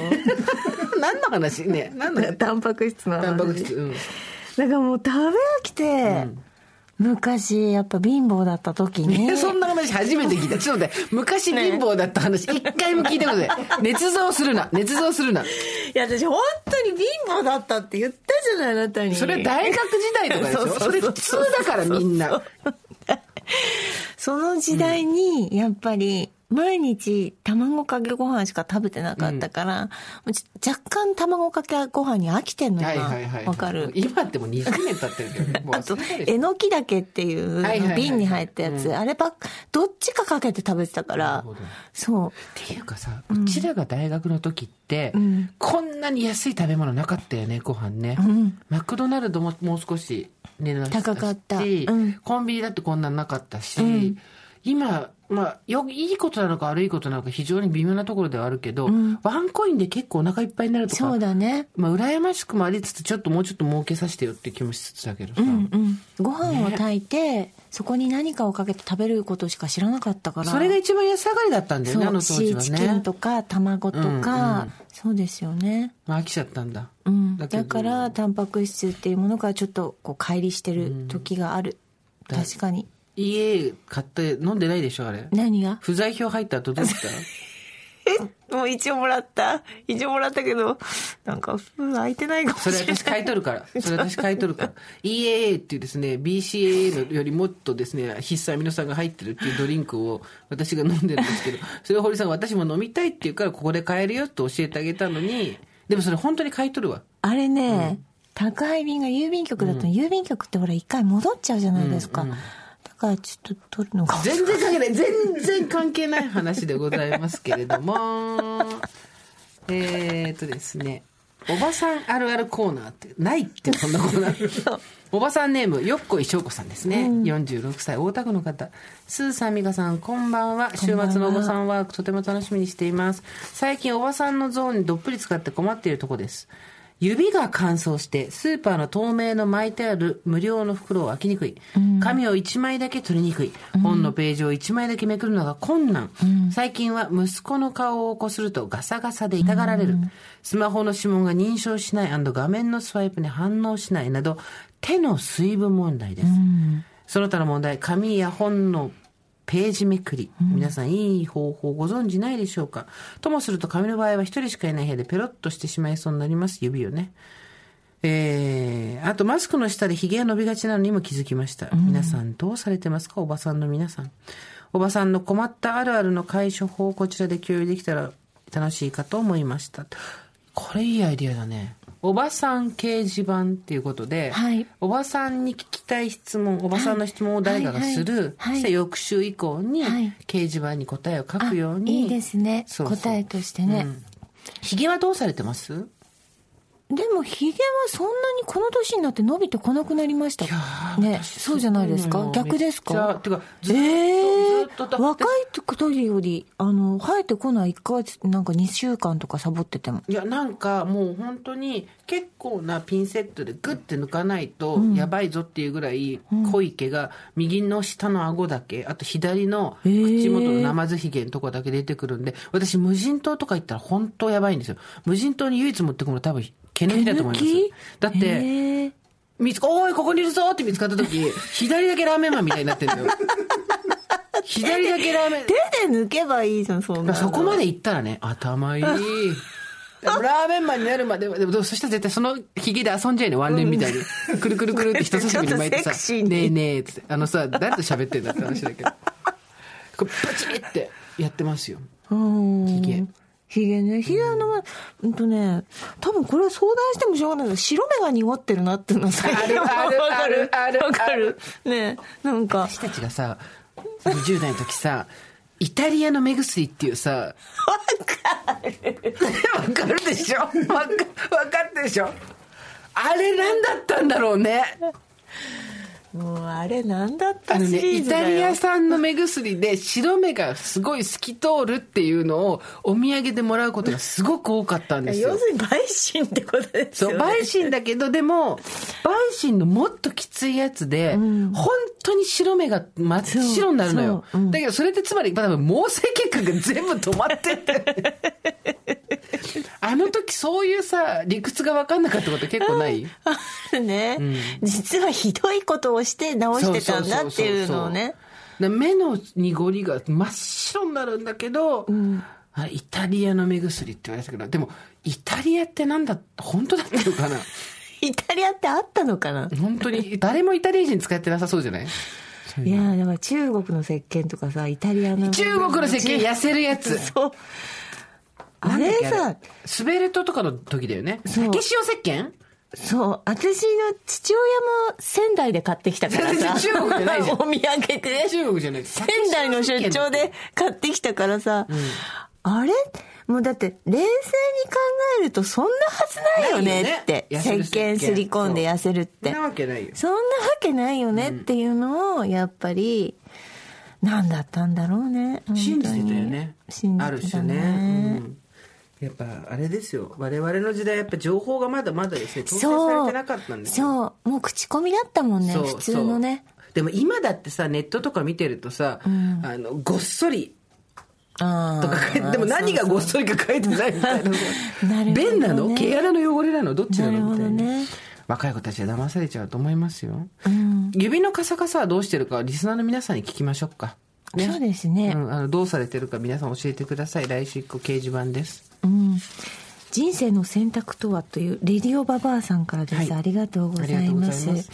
Speaker 2: 何の話 ね。何の
Speaker 3: タンパク質の話
Speaker 2: タンパク質。うん。
Speaker 3: だからもう食べ飽きて、昔やっぱ貧乏だった時に
Speaker 2: え そんな話初めて聞いた。ちょっと待って、昔貧乏だった話、一回も聞いたことない。捏造するな、捏造するな。
Speaker 3: いや私本当に貧乏だったって言ったじゃないあなたに
Speaker 2: それは大学時代とかでしょ
Speaker 3: そうそうそう
Speaker 2: それ普通だからみんな。
Speaker 3: その時代にやっぱり毎日卵かけご飯しか食べてなかったから、もうち若干卵かけご飯に飽きてんの
Speaker 2: はい
Speaker 3: 今
Speaker 2: はいはい。
Speaker 3: わかる
Speaker 2: 今ってもう20年経ってるけどね。もう
Speaker 3: あと
Speaker 2: 忘れたでしょ
Speaker 3: えのきだけっていう
Speaker 2: はいはいはい
Speaker 3: 瓶に入ったやつあればっかどっちかかけて食べてた
Speaker 2: な
Speaker 3: から
Speaker 2: るほど
Speaker 3: そう
Speaker 2: っていうかさ、うちらが大学の時って、
Speaker 3: ん
Speaker 2: こんなに安い食べ物なかったよねご飯ね、
Speaker 3: ん
Speaker 2: マクドナルドももう少し値段
Speaker 3: 高かった
Speaker 2: し、
Speaker 3: うん
Speaker 2: コンビニだってこんなんなかったし、
Speaker 3: うん
Speaker 2: 今まあよいいことなのか悪いことなのか非常に微妙なところではあるけど、
Speaker 3: ん
Speaker 2: ワンコインで結構お腹いっぱいになるとか
Speaker 3: そうだね
Speaker 2: まあ羨ましくもありつつちょっともうちょっと儲けさせてよって気もしつつだけどさ、
Speaker 3: うんうんご飯を炊いて、そこに何かをかけて食べることしか知らなかったから
Speaker 2: それが一番安上がりだったんだよ
Speaker 3: そ
Speaker 2: ねあ
Speaker 3: う
Speaker 2: の当時
Speaker 3: シー
Speaker 2: は
Speaker 3: チキン
Speaker 2: ね
Speaker 3: とか卵とか、
Speaker 2: うんうん
Speaker 3: そうですよね
Speaker 2: まあ飽きちゃったんだ
Speaker 3: うん、
Speaker 2: だ
Speaker 3: だ
Speaker 2: けど
Speaker 3: からタンパク質っていうものからちょっとこう乖離してる時がある、
Speaker 2: だ
Speaker 3: 確かに
Speaker 2: 家買って飲んでないでしょあれ
Speaker 3: 何が
Speaker 2: 不在票入った後どうした
Speaker 3: もう一応もらった。一応もらったけど、なんか、うん開いてないかも
Speaker 2: それ
Speaker 3: しれない。
Speaker 2: 私買い取るから。それ私買い取るから。EAA っていうですね、BCAA のよりもっとですね、必須アミノ酸が入ってるっていうドリンクを私が飲んでるんですけ ど、それを堀さんが私も飲みたいっていうからここで買えるよと教えてあげたのに、でもそれ本当に買い取るわ。
Speaker 3: あれね、宅配便が郵便局だと、郵便局ってほら一回戻っちゃうじゃないですか。だからちょっと取るのが。
Speaker 2: 全然関係ない、全然関係ない話でございますけれども、 えーっとですね、おばさんあるあるコーナーって、ないってこんなコーナ ー。おばさんネーム、よっこいしょうこさんですね。46歳、大田区の方。すーさん、みかさん、こんばんは。週末のおばさんワーク、とても楽しみにしています。最近、おばさんのゾーンにどっぷり使って困っているとこです。指が乾燥して、スーパーの透明の巻いてある無料の袋を開きにくい。紙を1枚だけ取りにくい。本のページを1枚だけめくるのが困難。最近は息子の顔をこするとガサガサで痛がられる。スマホの指紋が認証しない画面のスワイプに反応しないなど、手の水分問題です。その他の問題、紙や本のページめくり。皆さんいい方法ご存知ないでしょうか、ともすると紙の場合は一人しかいない部屋でペロッとしてしまいそうになります。指をね。えー、あとマスクの下で髭が伸びがちなのにも気づきました。皆さんどうされてますかおばさんの皆さん。おばさんの困ったあるあるの解消法をこちらで共有できたら楽しいかと思いました。これいいアイディアだね。おばさん掲示板っていうことで、
Speaker 3: はい
Speaker 2: おばさんに聞きたい質問、おばさんの質問を誰かがする、
Speaker 3: はいはいはい
Speaker 2: そして翌週以降に
Speaker 3: はい
Speaker 2: 掲示板に答えを書
Speaker 3: あ
Speaker 2: くように、
Speaker 3: いいですね
Speaker 2: そうそう
Speaker 3: 答えとしてね、
Speaker 2: ひげはどうされてます
Speaker 3: でもヒゲはそんなにこの年になって伸びてこなくなりましたねそうじゃないですか逆です
Speaker 2: じゃあ
Speaker 3: か
Speaker 2: てかずっと、
Speaker 3: ええ
Speaker 2: ずっと
Speaker 3: 若い時よりあの生えてこない1か月なんか2週間とかサボってても
Speaker 2: いやなんかもう本当に結構なピンセットでグッて抜かないとやばいぞっていうぐらい濃い毛が右の下の顎だけあと左の口元の生ずひげのとこだけ出てくるんで私無人島とか行ったら本当やばいんですよ無人島に唯一持ってくるの多分毛抜きだと思います
Speaker 3: 毛抜き
Speaker 2: だって、
Speaker 3: ええ
Speaker 2: 見つか、おい、ここにいるぞって見つかった時、左だけラーメンマンみたいになってんだよ。 左だけラーメン。
Speaker 3: 手で抜けばいいじゃんそんなの
Speaker 2: そこまで行ったらね、頭いい。ラーメンマンになるまでは、でもどう、そしたら絶対そのヒゲで遊んじゃいね、ワンレンみたいに。くるくるくるって人差し指に巻いて
Speaker 3: ちょっ
Speaker 2: さ
Speaker 3: とセクシ、ーに
Speaker 2: ねえねえっつって、あのさ、誰と喋ってんだって話だけど。こう、パチッってやってますよ。
Speaker 3: ひ
Speaker 2: げ
Speaker 3: ひげねひげのまうんとね多分これは相談してもしょうがないけど白目が濁ってるなっていうのは最近
Speaker 2: あるある
Speaker 3: わか
Speaker 2: あるある
Speaker 3: わかるねなんか
Speaker 2: 私たちがさ、20代の時さ、イタリアの目薬っていうさ、わかるでしょわかわかってでしょあれ何だったんだろうね
Speaker 3: もうあれなんだっ
Speaker 2: あ
Speaker 3: た
Speaker 2: の
Speaker 3: シ
Speaker 2: ね
Speaker 3: リー
Speaker 2: イ
Speaker 3: ズだよ
Speaker 2: タリア産の目薬で白目がすごい透き通るっていうのをお土産でもらうことがすごく多かったんですよ
Speaker 3: 要するに陪審ってことです
Speaker 2: そ
Speaker 3: よね
Speaker 2: う、バイシンだけど、でも、バイシンのもっときついやつで、本当に白目が真っ白になるのよ。
Speaker 3: そうそううん
Speaker 2: だけど、それってつまり、多分毛細血管が全部止まってて。 あの時そういうさ、理屈が分かんなかったこと結構ない
Speaker 3: あるね、実はひどいことをして直してたんだっていうの
Speaker 2: そうそうそうそ
Speaker 3: をね。
Speaker 2: うだから目の濁りが真っ白になるんだけど、あイタリアの目薬って言われてたけど、でも、イタリアってなんだ、本当だったのかな
Speaker 3: イタリアってあったのかな、
Speaker 2: 本当に、誰もイタリア人使ってなさそうじゃない
Speaker 3: いやだから中国の石鹸とかさイタリアの
Speaker 2: 中国の石鹸痩せるやつ。
Speaker 3: そうあれ
Speaker 2: なんだっ
Speaker 3: さ
Speaker 2: け、スベルトとかの時だよね。
Speaker 3: そう
Speaker 2: 竹塩石鹸
Speaker 3: そう、私の父親も仙台で買ってきたからさ。
Speaker 2: 全然中国じゃないじゃん
Speaker 3: お土産でね。
Speaker 2: 中国じゃない。仙
Speaker 3: 仙台の出張。で買ってきたからさ。あれもうだって、冷静に考えるとそんなはずないよ
Speaker 2: ないよ
Speaker 3: ね
Speaker 2: ね
Speaker 3: って。
Speaker 2: 痩
Speaker 3: 石
Speaker 2: せる
Speaker 3: 鹸
Speaker 2: 石鹸
Speaker 3: すり込んで痩せるっ
Speaker 2: そ
Speaker 3: て
Speaker 2: んな。わけないよ。
Speaker 3: そんなわけないよねっていうのを、やっぱり、なんだったんだろうね。
Speaker 2: 信じてたよね
Speaker 3: 本当に信じてたね。
Speaker 2: ある種ね、うんやっぱあれですよ我々の時代やっぱ情報がまだまだですね統制されてなかったんですよ
Speaker 3: そう。もう口コミだったもんね、
Speaker 2: そう
Speaker 3: 普通のね。
Speaker 2: そうでも今だってさネットとか見てるとさ、あのごっそり
Speaker 3: と
Speaker 2: とか
Speaker 3: か
Speaker 2: 書いてでも何がごっそりか書いてないみたいな
Speaker 3: なるほどね
Speaker 2: 便なの毛穴の汚れなのどっちなの
Speaker 3: なる
Speaker 2: み
Speaker 3: ほ
Speaker 2: た
Speaker 3: ど
Speaker 2: いな
Speaker 3: ね
Speaker 2: 若い子たちは騙されちゃうと思いますよ、
Speaker 3: うん
Speaker 2: 指のカサカサはどうしてるかリスナーの皆さんに聞きましょうか。
Speaker 3: そうですね
Speaker 2: うん、あのどうされてるか皆さん教えてください。来週一個掲示板です。
Speaker 3: うん人生の選択とはというレディオババアさんからです、
Speaker 2: はい
Speaker 3: ありがとうござ
Speaker 2: あり
Speaker 3: い
Speaker 2: がとうご
Speaker 3: ま
Speaker 2: ざいます
Speaker 3: す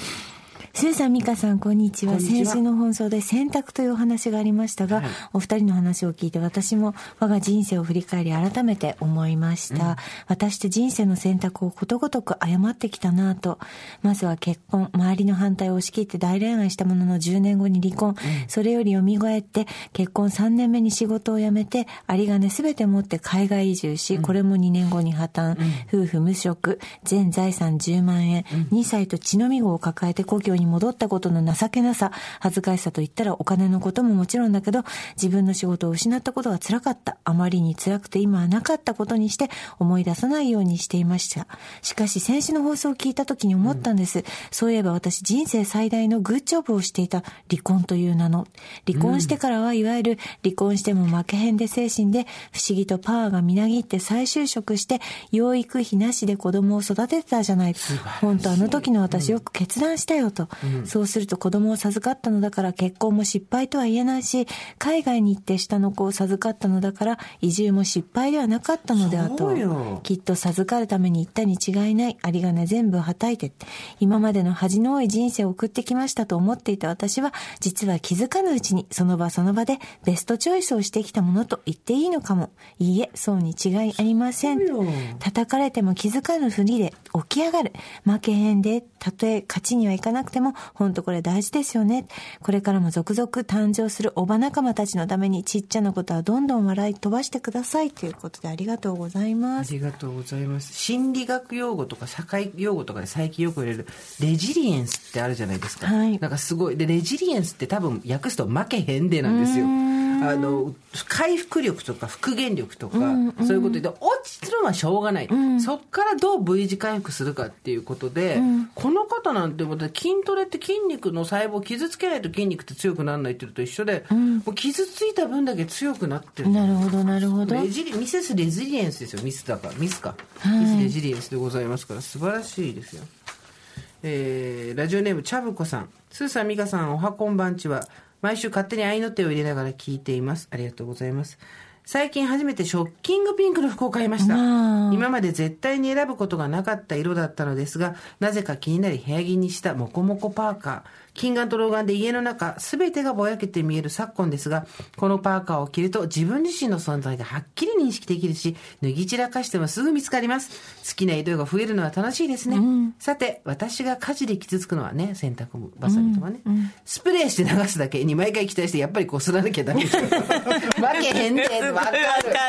Speaker 3: スーさん美香さんこんにちは
Speaker 2: こんにちは
Speaker 3: 先週の放送で選択というお話がありましたが、
Speaker 2: はい
Speaker 3: お二人の話を聞いて私も我が人生を振り返り改めて思いました、私って人生の選択をことごとく誤ってきたなぁとまずは結婚周りの反対を押し切って大恋愛したものの10年後に離婚、それより蘇って結婚3年目に仕事を辞めて有り金全て持って海外移住し、これも2年後に破綻、夫婦無職全財産10万円、2歳と血のみ子を抱えて故郷に戻ったことの情けなさ恥ずかしさといったらお金のことももちろんだけど自分の仕事を失ったことが辛かったあまりに辛くて今はなかったことにして思い出さないようにしていましたしかし先週の放送を聞いた時に思ったんです、そういえば私人生最大のグッジョブをしていた離婚という名の離婚してからはいわゆる離婚しても負けへんで精神で不思議とパワーがみなぎって再就職して養育費なしで子供を育ててたじゃない本当あの時の私よく決断したよと、そうすると子供を授かったのだから結婚も失敗とは言えないし海外に行って下の子を授かったのだから移住も失敗ではなかったのでは
Speaker 2: そ
Speaker 3: と
Speaker 2: うよ
Speaker 3: きっと授かるために行ったに違いない有り金全部はたいて今までの恥の多い人生を送ってきましたと思っていた私は実は気づかぬうちにその場その場でベストチョイスをしてきたものと言っていいのかもいいえそうに違いありません
Speaker 2: そうよ
Speaker 3: 叩かれても気づかぬふりで起き上がる負けへんでたとえ勝ちにはいかなくても本当これ大事ですよねこれからも続々誕生するおば仲間たちのためにちっちゃなことはどんどん笑い飛ばしてくださいということでありがとうござい
Speaker 2: あ
Speaker 3: ます
Speaker 2: りがとうございます。心理学用語とか社会用語とかで最近よく言われるレジリエンスってあるじゃないですか。
Speaker 3: はい
Speaker 2: なんかすごい。で、レジリエンスって多分訳すと負けへんでなんですよ。あの、回復力とか復元力とか、そういうことで、落ちるのはしょうがない。そっからどう V 字回復するかっていうことで、この方なんてもうだって筋トレって筋肉の細胞を傷つけないと筋肉って強くならないっていうのと一緒で、もう傷ついた分だけ強くなってる。
Speaker 3: なるほどなるほど
Speaker 2: レジリミセスレジリエンスですよミスだからミスか、
Speaker 3: はい
Speaker 2: ミスレジリエンスでございますから素晴らしいですよえーラジオネームチャブコさんスーさん美香さんおはこんばんちは毎週勝手に愛の手を入れながら聞いていますありがとうございます最近初めてショッキングピンクの服を買いました
Speaker 3: わあ
Speaker 2: 今まで絶対に選ぶことがなかった色だったのですがなぜか気になり部屋着にしたモコモコパーカー近眼と老眼で家の中全てがぼやけて見える昨今ですがこのパーカーを着ると自分自身の存在がはっきり認識できるし脱ぎ散らかしてもすぐ見つかります好きな色が増えるのは楽しいですね、さて私が火事で傷つくのはね洗濯もバサミとかね、スプレーして流すだけに毎回期待してやっぱりこすらなきゃダメで すよ負けへんねんわか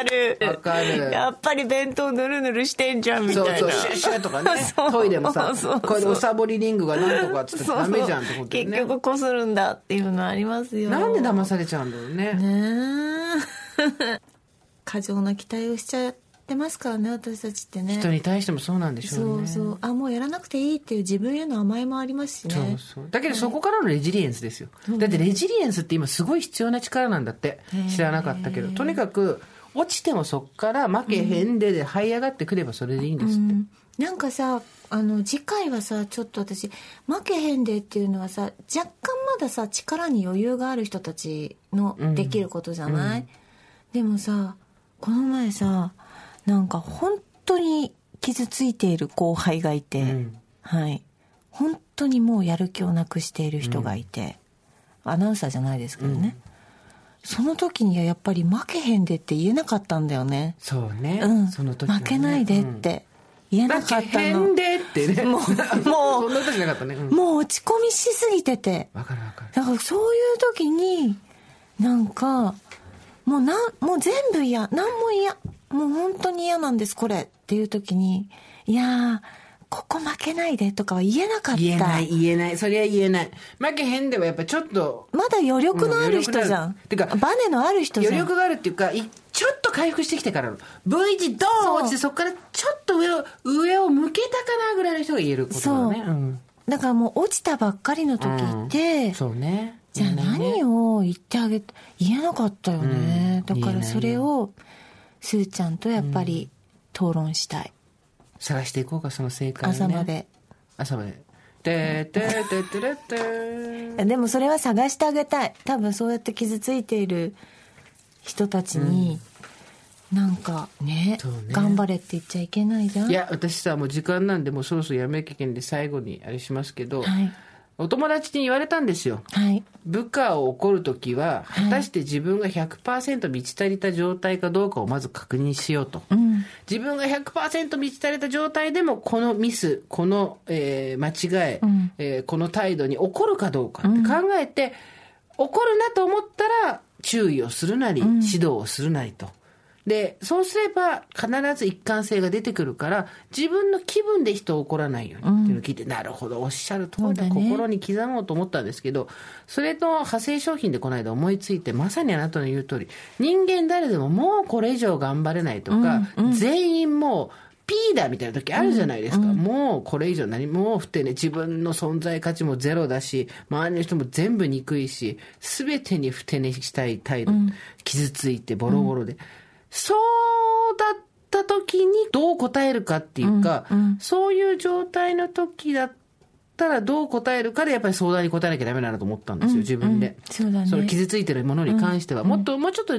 Speaker 2: る
Speaker 3: る
Speaker 2: わかる
Speaker 3: っぱり弁当ぬるぬるしてんじゃん
Speaker 2: そうそうシュッシュッとかね
Speaker 3: そう
Speaker 2: トイレもさ
Speaker 3: そうそう
Speaker 2: これでおさぼりリングがなんとかっつって
Speaker 3: そう
Speaker 2: ダメじゃんってことでね
Speaker 3: こするんだっていうのありますよ
Speaker 2: なんで騙されちゃうんだろうね
Speaker 3: ねえ 過剰な期待をしちゃってますからね私たちってね
Speaker 2: 人に対してもそうなんでしょ
Speaker 3: そうう
Speaker 2: ね
Speaker 3: そうあもうやらなくていいっていう自分への甘えもありますしね
Speaker 2: そうそうだけどそこからのレジリエンスですよ、だってレジリエンスって今すごい必要な力なんだって知らなかったけどとにかく落ちてもそっから負けへんでで這い上がってくればそれでいいんですって、
Speaker 3: うんなんかさあの次回はさちょっと私負けへんでっていうのはさ若干まださ力に余裕がある人たちのできることじゃない、でもさこの前さなんか本当に傷ついている後輩がいて、
Speaker 2: ん
Speaker 3: はい本当にもうやる気をなくしている人がいて、アナウンサーじゃないですけどね、その時にはやっぱり負けへんでって言えなかったんだよね
Speaker 2: そうね、
Speaker 3: うん、
Speaker 2: その時はね
Speaker 3: 負けないでっ
Speaker 2: うん
Speaker 3: て言えな
Speaker 2: 負け
Speaker 3: かった
Speaker 2: へ
Speaker 3: の、
Speaker 2: んでってね
Speaker 3: もう も
Speaker 2: そ
Speaker 3: うん
Speaker 2: な時なかったね、うん、分
Speaker 3: もう落ち込みしすぎてて
Speaker 2: かる分かる
Speaker 3: だからそういう時になんかもうなもう全部嫌何も嫌もう本当に嫌なんですこれっていう時にいやーここ負けないでとかは言えなかった
Speaker 2: 言えない言えないそりゃ言えない負けへんではやっぱちょっと
Speaker 3: まだ余力のある人じゃ
Speaker 2: うん
Speaker 3: ん
Speaker 2: 余力のあるてか
Speaker 3: バネのある人じゃん
Speaker 2: 余力があるっていうかいちょっと回復してきてからの V 字ドーン落ちてそこからちょっと上を上を向けたかなぐらいの人が言えることだね,、
Speaker 3: そう
Speaker 2: ん、
Speaker 3: だからもう落ちたばっかりの時って、
Speaker 2: そうね
Speaker 3: じゃあ何を言ってあげて言えなかったよ
Speaker 2: うん
Speaker 3: ね、だか
Speaker 2: 言え
Speaker 3: ら
Speaker 2: ないよ
Speaker 3: それをすーちゃんとやっぱり討論したい、
Speaker 2: 探していこうかその正解をね
Speaker 3: 朝まで
Speaker 2: 朝までててててれてー
Speaker 3: でもそれは探してあげたい多分そうやって傷ついている人たちに、なんかね
Speaker 2: そうね
Speaker 3: 頑張れって言っちゃいけないじゃん
Speaker 2: いや私さもう時間なんでもうそろそろやめなきゃいけないんで最後にあれしますけど、
Speaker 3: はい
Speaker 2: お友達に言われたんですよ
Speaker 3: はい
Speaker 2: 部下を怒るときは果たして自分が100%満ち足りた状態かどうかをまず確認しようと、自分が100%満ち足りた状態でもこのミスこの、えー間違い、えーこの態度に怒るかどうかって考えて、怒るなと思ったら注意をするなり指導をするなりと。でそうすれば必ず一貫性が出てくるから自分の気分で人を怒らないようにっていうのを聞いて、なるほどおっしゃる通りだ
Speaker 3: そうだね
Speaker 2: 心心に刻もうと思ったんですけどそれと派生商品でこの間思いついてまさにあなたの言う通り人間誰でももうこれ以上頑張れないとか、全員もうピーだみたいな時あるじゃないですか、もうこれ以上何も不定ね自分の存在価値もゼロだし周りの人も全部憎いし全てに不手にしたい態度、傷ついてボロボロで、そうだった時にどう答えるかっていうか、そういう状態の時だったらどう答えるかでやっぱり相談に答えなきゃダメだなと思ったんですよ、自分で、
Speaker 3: そうだね
Speaker 2: の傷ついてるものに関しては、もっともうちょっと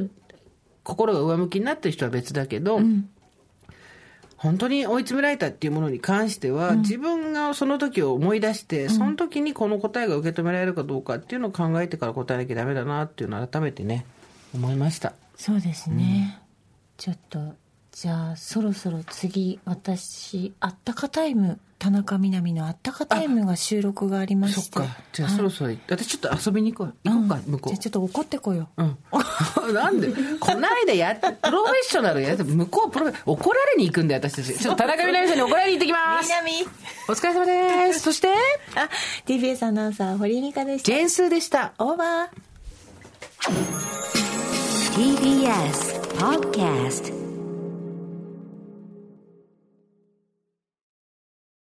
Speaker 2: 心が上向きになってる人は別だけど、本当に追い詰められたっていうものに関しては、自分がその時を思い出して、その時にこの答えが受け止められるかどうかっていうのを考えてから答えなきゃダメだなっていうのを改めてね思いました
Speaker 3: そうですね、ちょっとじゃあそろそろ次私あったかタイム田中みな実のあったかタイムが収録がありま
Speaker 2: そ
Speaker 3: し
Speaker 2: ってかじゃあそろそろ、私ちょっと遊びに行こう行こうか、向こ
Speaker 3: じゃ
Speaker 2: う
Speaker 3: あちょっと怒ってこよう、
Speaker 2: うん、 なんでこないだやっプロフェッショナルやって向こうプロフェ怒られに行くんだよ私たちちょっと田中みな実さんに怒られに行ってきま
Speaker 3: み
Speaker 2: す
Speaker 3: なみ
Speaker 2: お疲れ様ですそして
Speaker 3: あ TBS アナウンサー堀井美香でし
Speaker 2: ジ
Speaker 3: た
Speaker 2: ェーンスーでした
Speaker 3: オーバー
Speaker 1: TBS Podcast